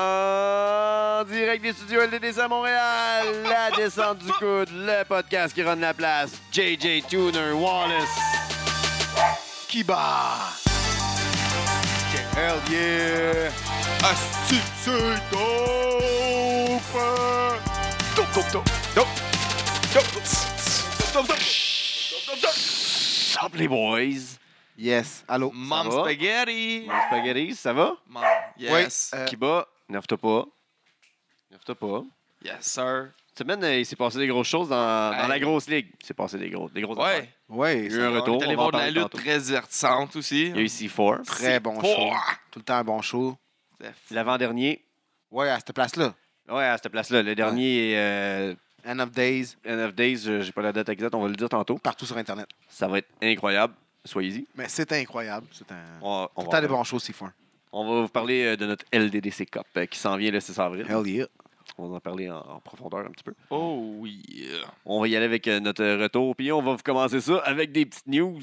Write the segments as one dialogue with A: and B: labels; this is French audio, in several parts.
A: En direct des studios LDDC à Montréal, la descente du coude, le podcast qui rend la place, JJ Tuner Wallace. Qui bat? Hell yeah! Asti, c'est dope! Dope, dope, dope, dope, dope, dope, dope, dope, dope, dope. Stop les boys!
B: Yes, allô.
A: Ça
C: Mom
A: va?
C: Spaghetti!
A: Mon spaghetti, ça va?
C: Mom, yes.
B: Oui, euh,
A: Qui bat? Nerve-toi pas. Nerve-toi pas.
C: Yes, sir.
A: Cette semaine, euh, il s'est passé des grosses choses dans, dans
C: Hey.
A: la grosse ligue. Il s'est passé des, gros, des grosses affaires.
C: Ouais.
B: ouais,
A: Il y a eu
B: c'est
A: un retour.
C: On
A: on va
C: est allé
A: en
C: voir de la
A: parler
C: lutte
A: tantôt.
C: très divertissante aussi.
A: Il y a eu C4.
B: très bon
C: C'est
B: show.
C: fort.
B: Tout le temps un bon show.
C: C'était
A: L'avant-dernier.
B: Ouais, à cette place-là.
A: Ouais, à cette place-là. Le dernier, euh,
B: End of Days,
A: End of Days, euh, j'ai pas la date exacte, on va le dire tantôt.
B: partout sur Internet.
A: Ça va être incroyable. Soyez-y.
B: Mais c'est incroyable. C'est un.
A: On, va- on
B: Tout le
A: va,
B: temps des bons shows, c'est fun.
A: on va vous parler euh, de notre LDDC Cup euh, qui s'en vient le 6 avril.
B: Hell yeah.
A: On va en parler en, en profondeur un petit peu.
C: Oh oui. Yeah.
A: On va y aller avec euh, notre retour, puis on va vous commencer ça avec des petites news.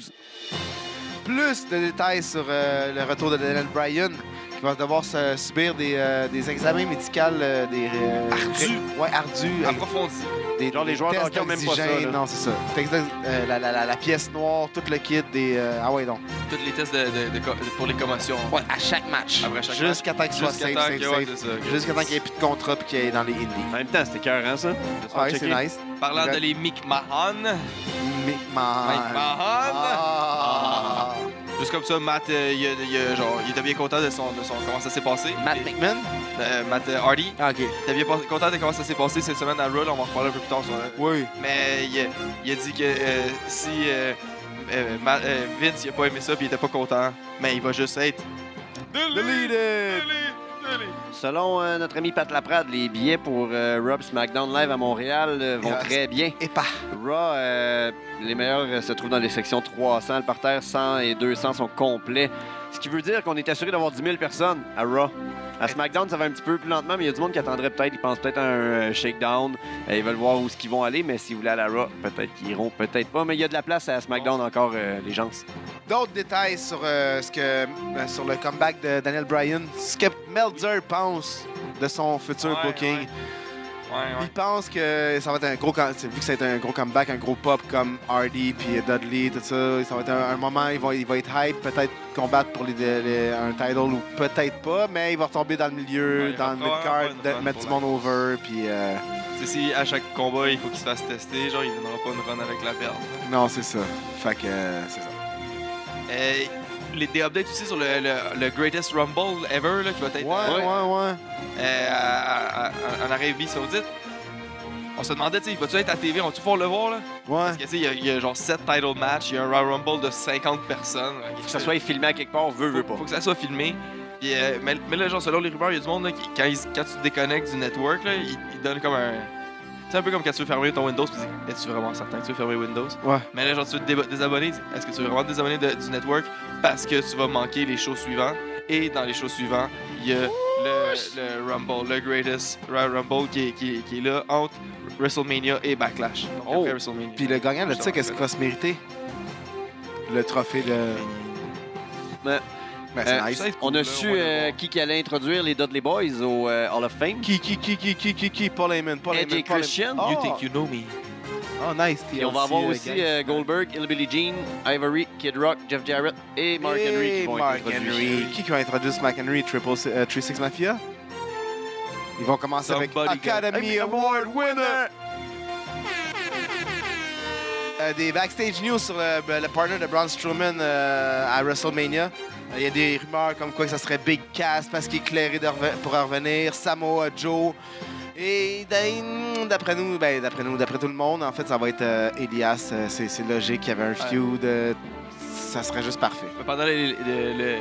B: Plus de détails sur euh, le retour de Daniel Bryan, qui va devoir se- subir des, euh, des examens médicaux, euh, des. euh,
C: Ardu.
B: Ouais, ardus. euh,
C: Approfondi.
B: des,
A: Genre, les
B: des
A: joueurs de
B: tests
A: hockey ont même pas ça,
B: d'oxygène.
A: là.
B: Non, c'est ça. Texte d'ox- euh, la, la- la- la pièce noire, tout le kit des. euh, ah ouais, donc.
C: Toutes les tests de, de- de co- de- pour les commotions.
B: Ouais, à chaque match.
C: Après chaque
B: Jusqu'à temps qu'il
C: match.
B: soit
C: Jusqu'à
B: safe,
C: temps
B: safe,
C: que-
B: safe.
C: ouais, c'est ça.
B: Jusqu'à temps qu'il n'y ait plus de contrat et qu'il est dans les indies.
A: En même temps, c'était cœur, hein, ça? Laisse-moi
B: Ouais, c'est
A: checker.
B: nice.
C: Parlant
B: Ouais.
C: de les McMahon.
B: McMahon.
C: McMahon.
B: Ah.
C: Juste comme ça, Matt, euh, il, a- il a- genre, il était bien content de son, de son comment ça s'est passé.
B: Matt
C: Et-
B: McMahon?
C: euh, Matt euh, Hardy.
B: Ah, OK.
C: Il était bien pas- content de comment ça s'est passé cette semaine à Raw. On va en reparler un peu plus tard sur,
B: Oui.
C: Mais il a, il a dit que euh, si euh, euh, Ma- euh, Vince il a pas aimé ça puis il était pas content, mais il va juste être.
A: Deleted! Selon euh, notre ami Pat Laprade, les billets pour euh, Raw puis SmackDown Live à Montréal euh, vont
B: Yes.
A: très bien.
B: Et pas.
A: Raw, euh, les meilleurs euh, se trouvent dans les sections 300. Le parterre 100 et 200 sont complets. Ce qui veut dire qu'on est assuré d'avoir 10 000 personnes à Raw. À SmackDown, ça va un petit peu plus lentement, mais il y a du monde qui attendrait peut-être. Ils pensent peut-être à un euh, shakedown. Euh, ils veulent voir où ce qu'ils vont aller, mais si vous voulez aller à Raw, peut-être qu'ils iront, peut-être pas. Mais il y a de la place à SmackDown encore, euh, les gens.
B: D'autres détails sur, euh, ce que, euh, sur le comeback de Daniel Bryan. Ce que Melzer pense de son futur
C: Ouais,
B: booking.
C: ouais. Ouais,
B: Il pense que ça va être un gros... com- Vu que ça va être un gros comeback, un gros pop comme Hardy puis Dudley, tout ça, ça va être un, un moment, il va, il va être hype, peut-être combattre pour les, les- un title ou peut-être pas, mais il va retomber dans le milieu,
C: Ouais, il
B: dans
C: va
B: le
C: probablement pas
B: mid-card,
C: une
B: de-
C: run
B: mettre du
C: pour
B: monde over, puis... euh,
C: C'est si à chaque combat il faut qu'il se fasse tester, genre il donnera pas une run avec la perte.
B: Non, c'est ça. Fait que euh, c'est ça.
C: Euh, les des updates aussi sur le, le- le Greatest Rumble ever là, qui va être
B: Ouais,
C: euh,
B: ouais, ouais.
C: euh, à- à- à- en Arabie Saoudite. On se demandait, tu sais, il va-tu être à TV, on va-tu pouvoir le voir là? Parce
B: Ouais.
C: que tu sais, il y a- il y, a genre 7 title match, il y a un Royal Rumble de 50 personnes.
A: Que ça soit filmé à quelque part, veut, veut pas.
C: faut que ça soit filmé. Puis, euh, mais, mais là, genre, selon les rumeurs, il y a du monde, là, qui, quand, ils- quand tu te déconnectes du network, là, il, il donne comme un. C'est un peu comme quand tu veux fermer ton Windows, puis tu dis, es-tu vraiment certain que tu veux fermer Windows?
B: Ouais.
C: Mais là, genre, tu veux te déba- désabonner, tu dis, est-ce que tu veux vraiment te désabonner de- du network parce que tu vas manquer les shows suivants? Et dans les shows suivants, il y a le, le Rumble, le Greatest Royal Rumble qui est, qui est- qui est là entre WrestleMania et Backlash. Donc,
A: Oh!
C: après WrestleMania.
B: Puis le gagnant de ça, qu'est-ce qu'il va se mériter? Le trophée de...
A: Ouais.
B: Ben, c'est
A: Euh,
B: nice.
A: On a
C: Là,
A: su
C: on va le
A: euh,
C: voir.
A: qui, qui allait introduire les Dudley Boys au euh, Hall of Fame.
B: Qui, qui, qui, qui, qui, qui, qui? Paul Heyman, Paul
A: Edge
B: Heyman,
A: et
B: Paul Heyman.
A: Christian.
B: Oh,
C: You think you know me.
B: oh, nice.
A: Et on va avoir aussi euh, Goldberg, Hillbilly Jean, Ivory, Kid Rock, Jeff Jarrett et Mark Henry qui vont
B: Mark
A: être introduits.
B: Henry. Qui qui va introduire Mark Henry, Triple C- euh, 36 Mafia? Ils vont commencer
C: Somebody
B: avec Academy Award winner! Euh, des backstage news sur le, ben, le partner de Braun Strowman euh, à WrestleMania. Il y a des rumeurs comme quoi que ça serait Big Cass parce qu'il est clairé de reve- pour revenir, Samoa Joe. Et d'un- d'après nous, ben, d'après nous, d'après tout le monde, en fait, ça va être euh, Elias. Euh, C'est c'est logique, il y avait un feud. euh, ça serait juste parfait.
C: Mais pendant le, le- le-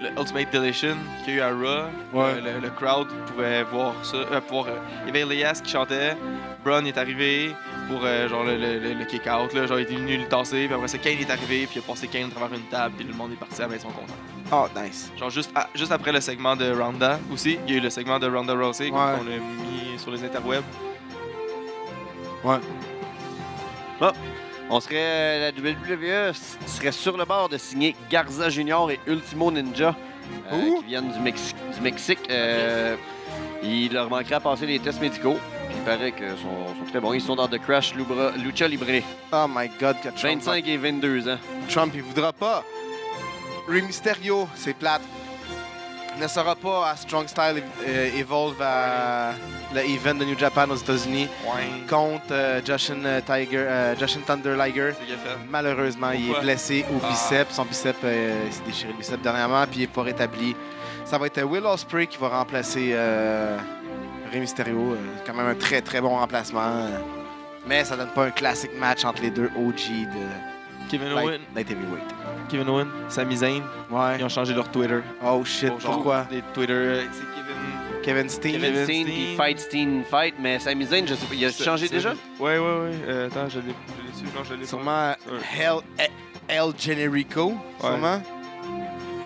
C: le Ultimate Deletion qu'il y a eu à Raw,
B: Ouais.
C: le, le crowd pouvait voir ça. euh, pouvoir, euh, il y avait Elias qui chantait, Braun est arrivé pour euh, genre le, le- le- le kick-out, là, genre il était venu le tasser, puis après ça, Kane est arrivé, puis il a passé Kane à travers une table, puis le monde est parti à la maison content.
B: Oh, nice.
C: Genre juste, à- juste après le segment de Ronda aussi, il y a eu le segment de Ronda Rousey
B: Ouais.
C: qu'on a mis sur les interwebs.
A: On euh, E serait, la WWE serait sur le bord de signer Garza Junior et Ultimo Ninja euh,
B: Ouh.
A: qui viennent du, Mexi- du Mexique. Euh, Il leur manquerait à passer les tests médicaux. Puis il paraît qu'ils sont, sont très bons. Ils sont dans The Crash Lubra- Lucha Libre.
B: Oh my god, que Trump,
A: 25 et 22 ans.
B: Trump, il voudra pas. Rey Mysterio, c'est plate. Il ne sera pas à Strong Style euh, Evolve à le event de New Japan aux États-Unis
C: Ouais.
B: contre euh, Jushin, euh, Tiger, euh, Jushin Thunder Liger.
C: C'est qu'il a fait.
B: Malheureusement, il est
C: Pourquoi?
B: blessé au
C: Ah.
B: biceps. Son biceps euh, il s'est déchiré le biceps dernièrement, puis il n'est pas rétabli. Ça va être euh, Will Ospreay qui va remplacer euh, Rey Mysterio. Euh, Quand même un très très bon remplacement. Mais ça donne pas un classique match entre les deux OG de
C: Kevin
B: light,
C: Owen,
B: light Heavyweight.
C: Kevin Owen, Sami Zayn,
B: Ouais.
C: ils ont changé leur Twitter.
B: Oh shit,
C: Pour genre
B: pourquoi
C: Des Twitter, euh, c'est Kevin.
B: Kevin Steen
C: Kevin
A: Kevin Steen,
C: Steen.
A: puis Fight Steen, Fight. Mais Sami Zayn, je sais pas, il a
C: C'est-
A: changé
C: c'est-
A: déjà?
C: Ouais, ouais, ouais. Euh, attends, je l'ai je l'ai su. Non, je l'ai pas.
B: Sûrement
C: Ouais.
B: Hell, El Generico, sûrement.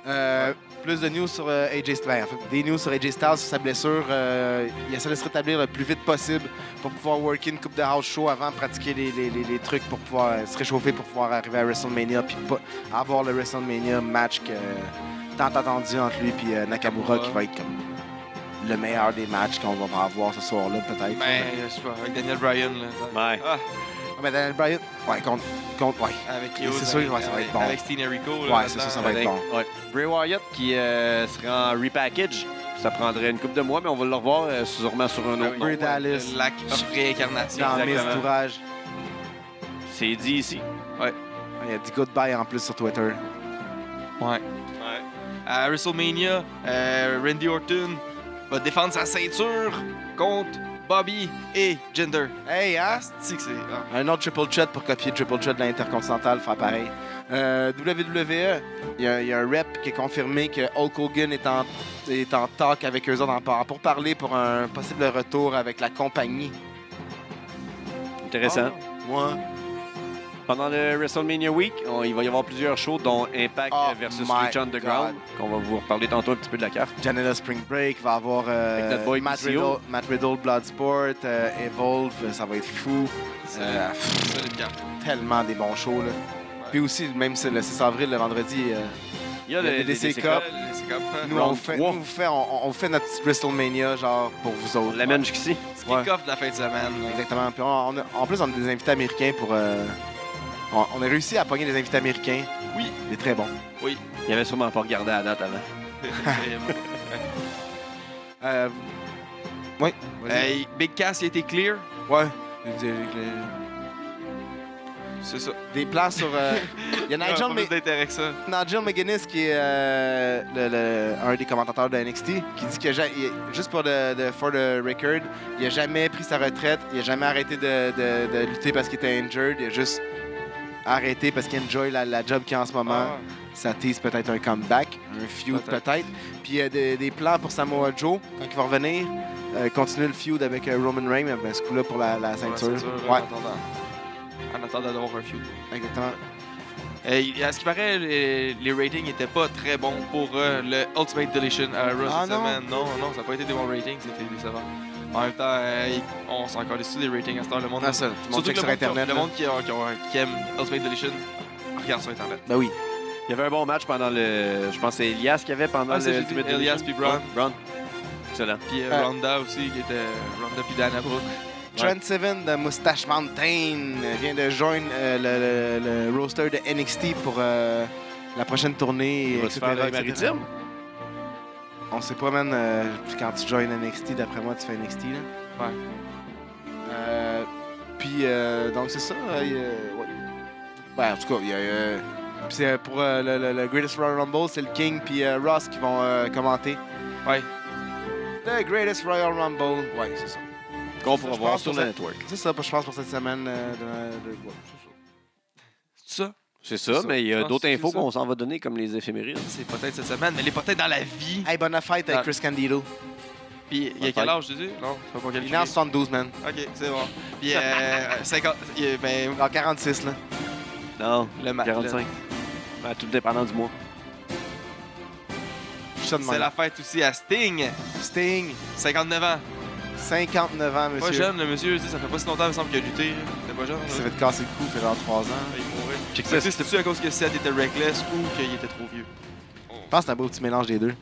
B: Euh, plus de news sur euh, AJ Styles. Ben, en fait, des news sur AJ Styles, sur sa blessure. Euh, il essaie de se rétablir le plus vite possible pour pouvoir worker une coupe de house show avant de pratiquer les, les- les- les trucs pour pouvoir euh, se réchauffer, pour pouvoir arriver à WrestleMania, puis pas avoir le WrestleMania match que tant attendu entre lui et Nakamura,
C: Ouais.
B: qui va être comme le meilleur des matchs qu'on va avoir ce soir-là, peut-être.
C: Ben, je sais pas, avec Daniel Bryan, là. ça-
A: Ouais.
C: Ah,
B: Mais Daniel Bryan, ouais, contre, contre, ouais.
C: avec
B: Et
C: Yo,
B: c'est sûr que
C: avec-
B: ouais, ça va être bon.
C: Avec Steen et Rico, là.
B: Ouais, c'est sûr, ça
C: maintenant.
B: va être bon.
A: Ouais. Bray Wyatt qui euh, sera en repackage. Ça prendrait une couple de mois, mais on va le revoir euh, sûrement sur un
C: Ah
A: autre nom.
C: oui,
B: Bray
C: ouais,
B: Dallas.
C: Le lac of réincarnation.
B: Dans mes
C: exactement.
B: entourages.
A: C'est dit ici.
B: Ah, Il a dit goodbye en plus sur Twitter.
C: Ouais. À WrestleMania, euh, Randy Orton va défendre sa ceinture contre Bobby et Jinder.
B: Hey, hein?
C: Asti que c'est. ah.
B: Un autre triple chat pour copier le triple chat de l'Intercontinental, faire pareil. Euh, WWE, il y, a- il y a un rep qui est confirmé que Hulk Hogan est en, est en talk avec eux autres en, par- pour parler pour un possible retour avec la compagnie. Ah Oh.
A: Intéressant.
B: Moi,
A: Pendant le WrestleMania Week, on- il va y avoir plusieurs shows, dont Impact
B: Oh
A: euh, versus
B: my
A: Lucha Underground, qu'on va vous reparler tantôt un petit peu de la carte.
B: Janela Spring Break va avoir euh,
A: Avec notre boy
B: Matt,
A: PCO.
B: Riddle, Matt Riddle, Bloodsport, euh, Evolve, ça va être fou.
C: C'est
B: Euh,
C: c'est solide carte.
B: tellement des bons shows, là. Puis aussi, même si le 6 avril, le vendredi, euh,
A: Il y a
B: le
A: le
B: DDC
A: DDC
B: Cup.
A: Cup.
C: Euh, C'est comme.
B: nous,
A: Round
B: on fait, nous,
A: trois.
B: on fait, on, on fait notre petite WrestleMania, genre, pour vous
A: On
B: autres.
A: l'amène jusqu'ici.
C: Petit
B: Ouais.
C: kick-off de la fin de semaine. là.
B: Exactement. Puis on- on a- en plus, on a des invités américains pour. euh, on, on a réussi à pogner des invités américains.
C: Oui.
B: C'est très bon.
A: Il avait sûrement pas regardé à la date avant.
B: Euh, oui. vas-y.
C: Hey, Big Cass, il a été clear.
B: Ouais. Des- des- des-
C: C'est ça.
B: Des plans sur. euh, Il y a
C: Ah,
B: Nigel,
C: pas
B: Ma-
C: plus d'intérêt que ça.
B: Nigel McGuinness, qui est euh, le- le- un des commentateurs de NXT, qui dit que, ja- il- juste pour le, le- for the record, il a jamais pris sa retraite, il a jamais arrêté de, de- de lutter parce qu'il était injured, il a juste arrêté parce qu'il enjoy la, la job qu'il a en ce moment.
C: Ah,
B: Ça tease peut-être un comeback, un feud
C: Peut-être.
B: peut-être. Puis il y a des, des plans pour Samoa Joe quand il va revenir. euh, continuer le feud avec euh, Roman Reigns, mais ben, ce coup-là pour la, la
C: Ah,
B: ceinture.
C: En
B: ouais,
C: attendant. En attendant d'avoir un feud.
B: exactement.
C: Hey, Euh, à ce qui paraît, les, les ratings n'étaient pas très bons pour euh, le Ultimate Deletion à Raw
B: Ah,
C: cette
B: non.
C: semaine. Non, non, ça n'a pas été des bons ratings, c'était décevant. En même temps, euh, y- on s'en encore des ratings à ce temps le monde.
B: Ah, ça, tout le monde check
C: que
B: sur
C: le monde, qui-
B: Internet.
C: le
B: là.
C: monde qui, a- qui a- qui aime Ultimate Deletion regarde sur Internet.
B: Ben oui.
A: Il y avait un bon match pendant le. Je pense que c'est Elias qu'il y avait pendant
C: Ah,
A: le.
C: c'est juste
A: Ultimate
C: Elias
A: Edition.
C: puis Braun.
A: Ouais, Braun. Excellent.
C: Puis euh,
B: Ah.
C: Ronda aussi, qui était euh, Ronda puis Dana Brooke.
B: Trent Seven de Mustache Mountain vient de joindre euh, le, le- le roster de NXT pour euh, la prochaine tournée.
A: Il va se
B: etc.,
A: faire les
B: etc.
A: maritimes.
B: On sait pas, man. euh, quand tu joins NXT, d'après moi, tu fais NXT. Là.
C: Ouais.
B: Euh, puis, euh, donc, c'est ça. euh, il y a- ouais. Ben, en tout cas, il y a. euh, puis c'est euh, pour euh, le, le- le Greatest Royal Rumble, c'est le King puis euh, Ross qui vont euh, commenter.
C: Ouais.
B: Le Greatest Royal Rumble. Ouais, c'est ça.
A: Qu'on
B: Je
A: pourra
B: pense
A: voir
B: pour
A: sur
B: ça.
A: le network.
B: C'est ça, je pense, pour cette semaine. euh, de- de- ouais, c'est ça.
C: C'est ça?
A: C'est
C: C'est
A: ça,
C: ça.
A: mais il y
C: Je
A: a
C: pense
A: d'autres
C: que c'est
A: infos
C: ça.
A: qu'on s'en va donner, comme les éphémérides.
C: C'est peut-être cette semaine, mais elle est peut-être dans la vie.
B: Hey, bonne fête
C: Ah.
B: avec Chris Candido.
C: Puis il y a
A: Peut-être.
C: quel âge, tu dis? Non, tu pas
B: Il
C: calculer.
B: est né en 72, man.
C: Ok, c'est bon. Puis euh, 50. euh, ben,
B: En 46, là.
A: Non,
C: le match.
A: 45. Ben, tout dépendant du mois.
B: Je te
C: C'est
B: demande.
C: la fête aussi à Sting,
B: Sting,
C: 59 ans.
B: 59 ans,
C: Pas
B: monsieur.
C: jeune, le monsieur, tu sais, ça fait pas si longtemps, il me semble qu'il a lutté. là. C'était pas jeune. là. Ah,
B: Ça va te casser le cou, fait genre 3 ans.
C: Il mourait.
A: Check
C: Mais tu sais, C'était-tu à cause que Seth était reckless ou qu'il était trop vieux? On
B: pense que c'est un beau petit mélange des deux.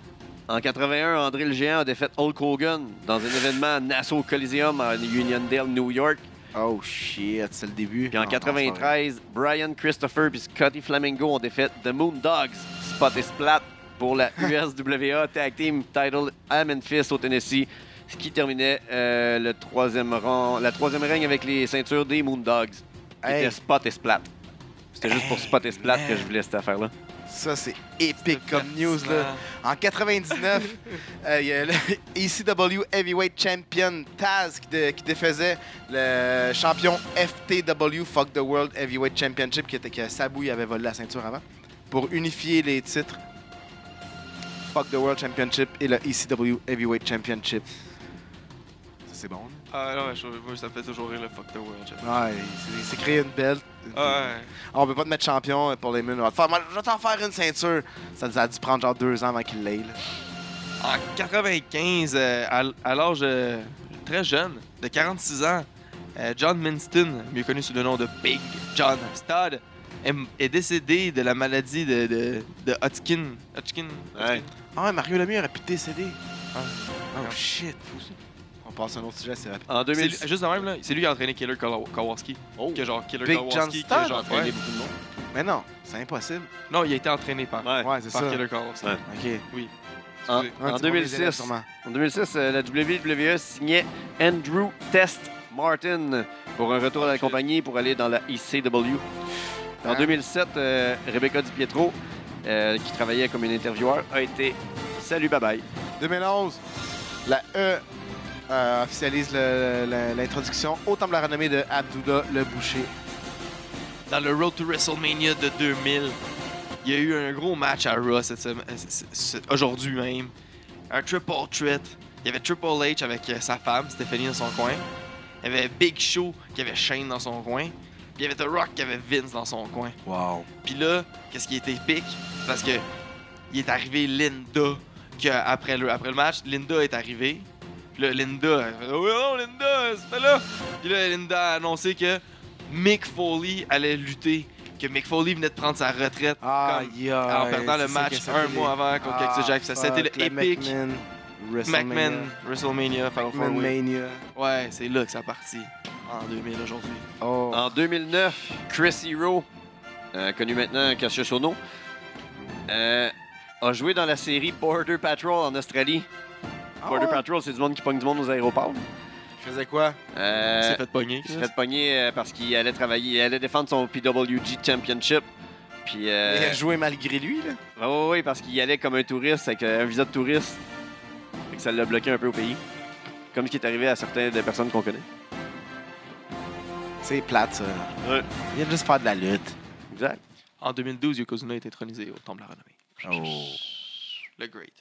A: En 81, André le Géant a défait Hulk Hogan dans un événement à Nassau Coliseum à Uniondale, New York.
B: Oh shit, c'est le début.
A: Puis en
B: Ah, non, c'est pas vrai.
A: 93, Brian Christopher puis Scotty Flamingo ont défait The Moon Dogs, Spot et Splat pour la USWA Tag Team Title à Memphis au Tennessee, ce qui terminait euh, le troisième rang, la troisième règne avec les ceintures des Moon Dogs. qui
B: Hey.
A: étaient Spot et Splat. C'était juste pour
B: Hey,
A: Spot et Splat que
B: man.
A: je voulais cette affaire-là.
B: Ça, c'est épique comme news, là. En 99, euh, il y a le ECW Heavyweight Champion Taz qui, dé- qui défaisait le champion FTW Fuck the World Heavyweight Championship qui était que Sabu il avait volé la ceinture avant pour unifier les titres Fuck the World Championship et le ECW Heavyweight Championship. Ça, C'est bon.
C: Ah non, mais je moi, ça me fait toujours rire le fuck the world. Jeff.
B: là. Ouais, il s'est- il s'est créé une belle.
C: Ouais.
B: Ah, on peut pas te mettre champion pour les mines. Enfin, moi, je vais t'en faire une ceinture. Ça, ça a dû prendre genre deux ans avant qu'il l'ait. là.
C: En 95, euh, à, l- à l'âge euh, très jeune, de 46 ans, euh, John Minston, mieux connu sous le nom de Big John Studd, est, est décédé de la maladie de, de, de Hodgkin. Hodgkin?
A: Ouais.
B: Ah ouais, Mario Lemieux aurait pu décéder.
C: Ah.
B: Oh shit. On passe à un autre sujet, c'est rapide.
A: En
C: C'est
A: 2000,
C: lui- juste de même, là, c'est lui qui a entraîné Killer Kowa- Kowalski.
A: Oh.
C: Que genre Killer
B: Big John
C: Kowalski. qui
B: Studd
C: genre,
A: J'ai entraîné
C: ouais.
A: beaucoup de monde.
B: Mais non, c'est impossible.
C: Non, il a été entraîné par,
A: Ouais.
B: Ouais, c'est
C: par
B: ça. Ah,
C: Killer Kowalski.
A: Ouais.
B: Ok. Ouais,
A: En-
C: Excusez.
B: c'est pour les
A: 2006.
B: élèves, sûrement.
A: En 2006, euh, la WWE signait Andrew Test Martin pour un retour à la compagnie pour aller dans la ICW. En
B: Hein?
A: 2007, euh, Rebecca Di Pietro, euh, qui travaillait comme une intervieweur, a été salut bye bye.
B: 2011, la E euh, officialise le- le- l'introduction au temple à renommée de Abdullah le Boucher.
C: Dans le Road to WrestleMania de 2000, il y a eu un gros match à Raw cette semaine- euh, c- c- aujourd'hui même. Un triple threat. Il y avait Triple H avec euh, sa femme, Stephanie, dans son coin. Il y avait Big Show qui avait Shane dans son coin. Puis il y avait The Rock qui avait Vince dans son coin.
B: Wow.
C: Puis là, qu'est-ce qui était épique? C'est Parce que il est arrivé Linda, que après le, après le match, Linda est arrivée. Puis là, Linda, elle fait Oui, non, Linda, c'est pas là! Puis là, Linda a annoncé que Mick Foley allait lutter, que Mick Foley venait de prendre sa retraite
B: Ah,
C: comme-
B: yeah,
C: en perdant le match un mois avant contre
B: Ah,
C: Cactus Jack. Ça, c'était le épique
B: McMahon, WrestleMania.
C: McMahon WrestleMania Final Four
B: McMahon
C: Way.
B: Mania.
C: Ouais, c'est là que ça a parti en 2000 aujourd'hui.
B: Oh.
C: Ah,
A: En 2009, Chris Hero, euh, connu maintenant Cassius Sono, a joué dans la série Border Patrol en Australie.
B: Ah
A: Border
B: ouais?
A: Patrol, c'est du monde qui pogne du monde aux aéroports.
B: Il faisait quoi?
A: Euh,
C: Il s'est fait pogner.
A: Il s'est fait pogner euh, parce qu'il allait travailler, il allait défendre son PWG Championship. Puis, euh,
B: Il a joué malgré lui, là.
A: ouais, ouais, ouais, parce qu'il allait comme un touriste, avec euh, un visa de touriste. Fait que ça l'a bloqué un peu au pays. Comme ce qui est arrivé à certaines des personnes qu'on connaît.
B: C'est plate, ça.
A: Ouais.
B: Il vient juste faire de la lutte.
A: Exact.
C: En 2012, Yokozuna est intronisé au Temple de la Renommée.
B: Oh.
C: Le Great.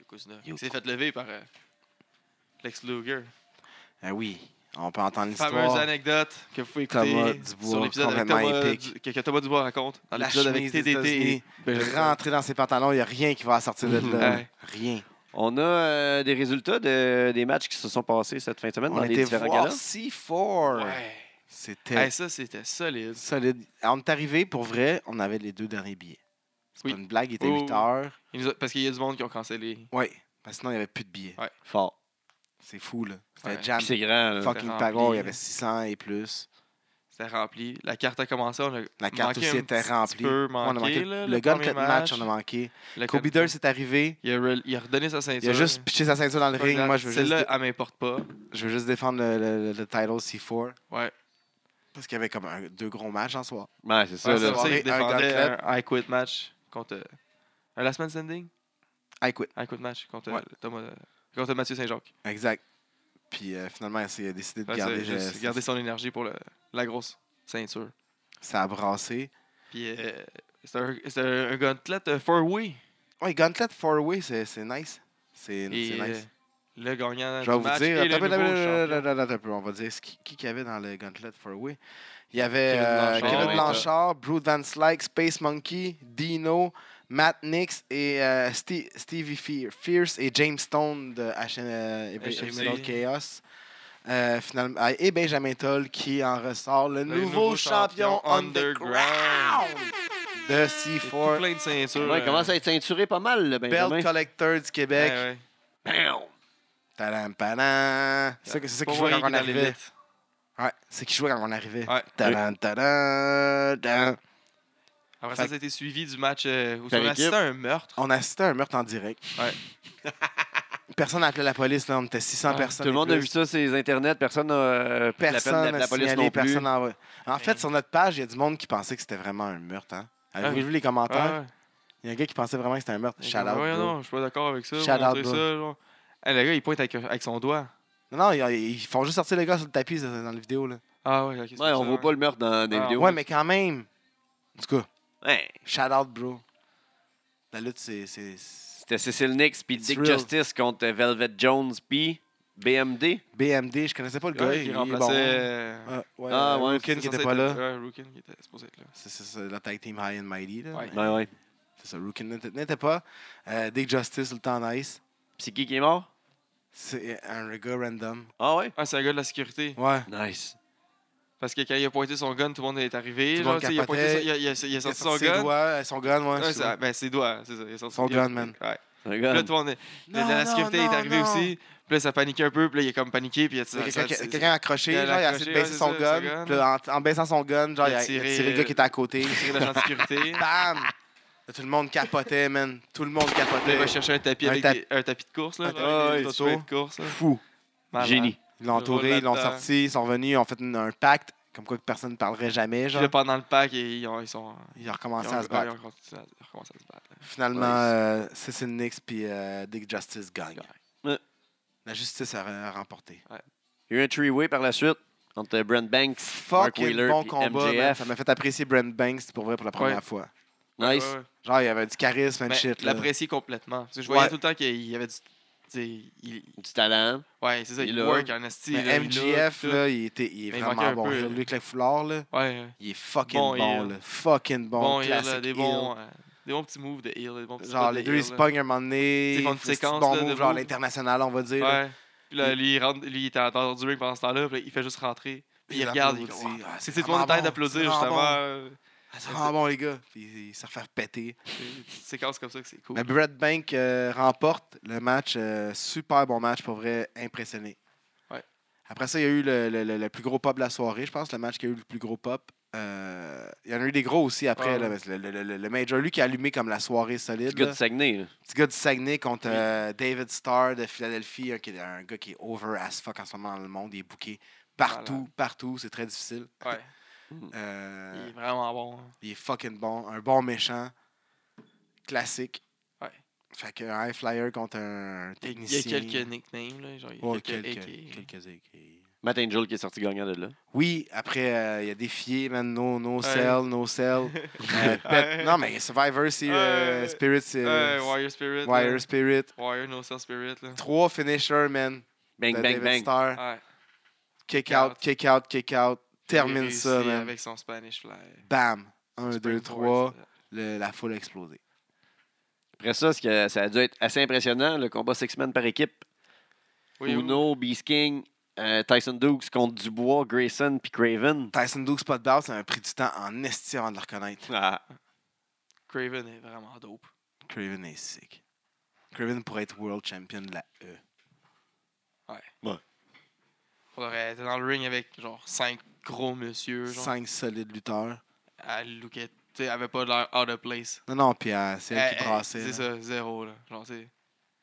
C: Yokozuna.
B: Yo-
C: Il s'est fait lever par euh, Lex Luger.
B: Ah oui, on peut entendre
C: Fameuse
B: l'histoire.
C: anecdote que vous pouvez
B: Thomas
C: écouter
B: Dubois,
C: sur l'épisode avec
B: complètement
C: Thomas
B: épique.
C: Du- que, que Thomas Dubois raconte dans
B: La
C: l'épisode avec
B: chemise des
C: TDT. et
B: États-Unis.
C: Benjamin.
B: Rentrer dans ses pantalons, il n'y a rien qui va sortir de là.
C: Ouais.
B: Rien.
A: On a euh, des résultats de- des matchs qui se sont passés cette fin de semaine
B: On
A: dans les
B: était
A: différents
B: voir
A: galas.
B: C4.
C: Ouais.
B: C'était
C: Hey, ça, c'était solide.
B: solide. Ah, On est arrivé, pour vrai, on avait les deux derniers billets. C'est
C: Oui.
B: pas une blague, il était
C: Oh.
B: 8 heures.
C: Il nous a- parce qu'il y a du monde qui ont cancellé.
B: Oui, parce que sinon, il n'y avait plus de billets.
C: Ouais.
A: Fort.
B: C'est fou, là. C'était
C: Ouais. euh,
B: jam.
A: Puis c'est grand. là.
B: Fucking
C: rempli.
B: pagode, il y avait 600 et plus.
C: C'était rempli. La carte a commencé. On a
B: La carte
C: manqué
B: aussi
C: un
B: était
C: petit
B: remplie.
C: peu, manqué,
B: on a manqué
C: là,
B: le gun
C: premier
B: cut match, on a manqué.
C: Le
B: Kobe
C: cut-
B: Durr, c'est arrivé.
C: Il a, re- il a redonné sa ceinture.
B: Il a juste pitché sa ceinture dans le ring. Moi, je veux juste
C: Celle-là, elle m'importe pas.
B: Je veux juste défendre le, le- le- le title C4.
C: Ouais.
B: Parce qu'il y avait comme un- deux gros matchs en soir.
A: Ouais, c'est ça.
C: Ouais,
A: là.
C: c'est pour ça
B: soirée,
C: qu'il
B: un
C: défendait
B: gauntlet.
C: un I Quit match contre. euh, Un Last Man Standing
B: I quit.
C: I Quit match contre, euh,
B: Ouais.
C: Thomas, euh, contre Mathieu Saint-Jacques.
B: Exact. Puis euh, finalement, il a décidé de
C: Ouais,
B: garder,
C: c'est juste
B: euh,
C: garder son énergie pour le- la grosse ceinture.
B: Ça a brassé.
C: Puis euh, c'est un, c'est un gauntlet euh, four-way.
B: Ouais, Gauntlet 4-Way, c'est c'est nice. C'est c'est
C: Et euh,
B: nice.
C: le gagnant
B: Je vais
C: Euh, du match
B: vous dire.
C: et le
B: attends,
C: nouveau
B: attends, attends,
C: champion.
B: attends, attends, attends, On va dire ce qui qui qu'il y avait dans le Gauntlet 4-Way. Il y avait
C: Kevin
B: euh,
C: Blanchard.
B: Kevin
A: Ouais,
B: Blanchard, Brute Van Slyke, Space Monkey, Dino, Matt Nix et euh, Ste- Stevie Fe- Fierce et James Stone de HM, euh,
C: HMC.
B: Episode Chaos. Euh, finalement, ah, et Benjamin Toll qui en ressort le, nouveau, champion underground de
C: Il y a tout
B: C4.
C: plein de ceintures.
A: Ouais,
C: euh,
A: il commence à être ceinturé pas mal, le Benjamin.
B: Belt Collector du
C: Eh ouais,
B: Québec.
C: ouais.
A: Bam!
B: Tadam, padam. C'est ça que- c'est ça
C: Pas
B: qui jouait
C: Wolverine
B: quand on
C: dans les
B: arrivait.
C: mythes.
B: Ouais, c'est qui jouait quand on arrivait.
C: Ouais.
B: Tadam, tadam, tadam.
C: Après
B: Fait
C: ça, ça a été suivi du match euh, où
A: Par
C: on assistait
A: équipe.
C: à un meurtre.
B: On assistait à un meurtre en direct.
C: Ouais.
B: Personne n'a appelé la police, là. On était 600
C: Ouais,
A: Ah,
B: personnes.
A: Tout le
B: et
A: monde a
B: plus.
A: vu ça sur les internets. Personne n'a euh, pris la peine
B: Personne
A: d'appeler
B: n'a
A: la police
B: signalé,
A: non plus.
B: personne n'a... En fait,
C: Mais-
B: sur notre page, il y a du monde qui pensait que c'était vraiment un meurtre. Hein?
A: Ah
B: Avez-vous
C: Ouais.
B: vu les commentaires?
C: Ouais,
B: Il y a un gars qui pensait vraiment que c'était un meurtre.
C: ouais.
B: Shout out,
C: Ouais,
B: bro.
C: non, je suis pas d'accord avec ça.
B: Shout
C: Shout
B: out,
C: out,
B: bro.
C: ça genre. Hey, le gars, il pointe avec, avec son doigt.
B: Non, non, ils, ils font juste sortir le gars sur le tapis euh, dans la vidéo. Là.
C: Ah ouais, ok. c'est
A: Ouais,
C: pour
A: on
C: ça,
A: voit pas le meurtre dans des
C: Ah.
A: vidéos.
B: Ouais, mais quand même. En tout cas,
A: Ouais.
B: shout out, bro. La lutte, c'est. c'est- c'est-
A: C'était Cecil Nix puis Dick
B: Thrill.
A: Justice contre Velvet Jones puis BMD.
B: BMD, je connaissais pas le
C: Le
B: gars.
C: gars qui
B: il est
C: remplaçait. euh,
B: bon. Ah, ouais,
A: Ah,
B: euh,
A: ouais,
B: Rookin
C: c'est
B: qui
C: censé
B: était pas
C: être-
B: là.
C: Ouais, Rookin qui était supposé être là.
B: C'est c'est- c'est la tag team High and Mighty. Là.
C: Ouais.
B: Mais
A: Ouais, Ben ouais.
B: C'est ça, Rookin n'était n'était pas. Euh, Dick Justice, sur le temps nice.
A: Puis c'est qui qui est mort?
B: C'est un gars random.
A: Ah ouais?
C: Ah, c'est un gars de la sécurité.
B: Ouais.
A: Nice.
C: Parce que quand il a pointé son gun, tout le monde est arrivé.
B: Tout le
C: genre,
B: monde
C: tu sais, il, a pointé,
B: capotait.
C: son- il, a, il, a, il a
B: Il a
C: sorti
B: sorti
C: son
B: ses
C: gun.
B: doigts, euh, son gun, ouais.
C: Ouais,
B: c'est-
C: ça- ben, ses doigts, c'est ça. Il a sorti
B: Son
C: il a-
B: gun, man.
C: Ouais.
A: Un
C: Puis Là,
A: gars.
C: tout le monde est- le-
B: Non,
C: la, la
B: non,
C: sécurité
B: non,
C: est arrivée
B: non.
C: aussi. Puis là, ça paniquait un peu. Puis là, il est comme paniqué. Puis il a
B: Il y a
C: ça-
B: quelqu'un
C: ça-
B: qui-
C: c'est-
B: Quelqu'un accroché,
C: Il a
B: genre, il a essayé de
C: accroché,
B: baisser
C: ouais,
B: son
C: c'est ça,
B: gun.
C: son gun.
B: Puis là, en, en baissant son gun, genre, il
C: Il
B: a,
C: a
B: il a
C: tiré,
B: tiré le gars qui était à côté.
C: c'est- c'est l'agent de sécurité.
B: Bam! Là, tout le monde capotait, man. Tout le monde
C: Là, il va
B: capotait.
C: chercher un tapis,
B: Un
C: avec
B: tapi-
C: des- un tapis de course. Là,
B: Un
C: genre,
B: tapis
C: avec
B: de
C: des
B: photo.
C: tapis de course. là.
A: Fou.
C: Malade.
A: Génie.
B: Ils l'ont
C: Le rôle
B: entouré, ils l'ont
C: là-dedans.
B: sorti, ils sont venus, ils ont fait une- un pacte, comme quoi que personne ne parlerait jamais,
C: Puis
B: genre.
C: là, pendant le pack, ils, ont- ils sont.
B: Ils ont
C: ils
B: recommencé
C: ont-
B: à
C: ouais,
B: se battre.
C: Ils ont continué à- ils ont recommencé à se battre. là.
B: Finalement,
C: Ouais,
B: euh, Cecil Nix puis euh, Dick Justice gagnent.
A: Ouais.
B: La justice a a remporté.
A: Il y a eu un three-way par la suite entre Brent Banks, Mark
B: Fuck,
A: Wheeler
B: quel bon
A: puis
B: combat, man.
A: MJF.
B: Ça m'a fait apprécier Brent Banks pour vrai pour la première
C: Ouais.
B: fois.
A: Nice.
C: Ouais, ouais.
B: Genre, il y avait du charisme and
C: Ben,
B: shit. là.
C: L'apprécier complètement. Parce que je voyais
B: Ouais.
C: tout le temps qu'il y avait du. tu sais, il-
A: Du talent.
C: Ouais, c'est ça,
A: Il
C: il
A: est là.
C: work en esti. là,
B: Mais
C: il look,
B: MGF,
C: tout.
B: là, il, était, il est
C: Mais il manquait
B: vraiment
C: un
B: bon.
C: peu,
B: Lui
C: là.
B: avec le foulard, là,
C: Ouais, ouais.
B: il est fucking bon.
C: Bon heel.
B: là. Fucking bon.
C: bon, il y a
B: classique
C: là, des
B: heel.
C: bons, euh, des bons petits moves de heal, des bons petits
B: Genre,
C: spots
B: les
C: de
B: deux,
C: heel,
B: ils se
C: là.
B: pognent un moment
C: Ils font
B: donné.
C: une
B: ils font des petits
C: séquence,
B: bons
C: là, de
B: moves, genre
C: moves.
B: l'international, on va dire. là.
C: Ouais. Puis là, lui, il rentre, lui, il est en dehors du ring pendant ce temps-là, puis là, il fait juste rentrer. Puis il,
B: Il
C: regarde, il
B: applaudit.
C: dit,
B: Ah, c'est
C: c'est tout le monde
B: vraiment
C: en train
B: bon, c'est
C: d'applaudir
B: vraiment
C: justement.
B: bon.
C: euh,
B: Ah, C'est vraiment bon, les gars. Puis ils se refait péter.
C: c'est- Une petite séquence comme ça que c'est cool.
B: Mais Brett Bank euh, remporte le match. euh, super bon match, pour vrai, impressionné.
C: Ouais.
B: Après ça, il y a eu le, le- le- le plus gros pop de la soirée, je pense, le match qui a eu le plus gros pop. Euh, il y en a eu des gros aussi après.
C: Ah, Ouais.
B: là, mais le, le- le- le Major, lui, qui a allumé comme la soirée
A: Du
B: solide.
A: gars
B: là.
A: de Saguenay. là.
B: Petit gars du Saguenay contre
C: Oui.
B: euh, David Starr de Philadelphie, un, qui est un gars qui est over as fuck en ce moment dans le monde. Il est booké partout,
C: Malade.
B: partout. C'est très difficile.
C: Ouais,
B: Euh,
C: il est vraiment bon.
B: il est fucking bon. Un bon méchant. Classique.
C: Ouais.
B: Fait qu'un high flyer contre un
C: Il y a
B: technicien.
C: quelques nicknames, là, genre, il y a
B: Ouais,
C: quelques
B: quelques-
C: AK.
B: quelques AK.
A: Matt Angel qui est sorti gagnant de là.
B: Oui, après, euh, il a défié, man. No, no
C: Ouais.
B: sell, no sell. Euh, pet-
C: Ouais.
B: Non, mais Survivor, c'est euh,
C: Ouais.
B: Spirit, c'est
C: Ouais, Wire Spirit. là.
B: Wire Spirit.
C: Wire No Cell Spirit. Là.
B: Trois finishers, man.
A: Bang, bang,
B: de Ben, David
A: bang.
B: Starr.
C: Ouais.
B: Kick out, kick out, kick out.
C: Il
B: Termine
C: réussit
B: ça, man.
C: Avec son Spanish fly.
B: Bam. 1,
C: Springboard,
B: 2, 3.
C: ça.
B: La foule a explosé.
A: Après ça, ce que- ça a dû être assez impressionnant, le combat six-man par équipe.
C: Oui, oui.
A: Uno, Beast King, euh, Tyson Dukes contre Dubois, Grayson puis Craven.
B: Tyson Dukes, pas de base, ça m'a pris du temps en esti avant de le reconnaître.
A: Ah,
C: Craven est vraiment dope.
B: Craven est sick. Craven pourrait être world champion de la E.
C: On aurait été dans le ring avec genre 5 gros monsieur. Genre,
B: Cinq solides lutteurs.
C: Elle lookait, tu sais, elle avait pas l'air out of place.
B: Non, non, puis euh, c'est elle qui
C: Elle- elle-
B: brassait.
C: C'est
B: là.
C: ça, zéro. Là. Genre, tu sais,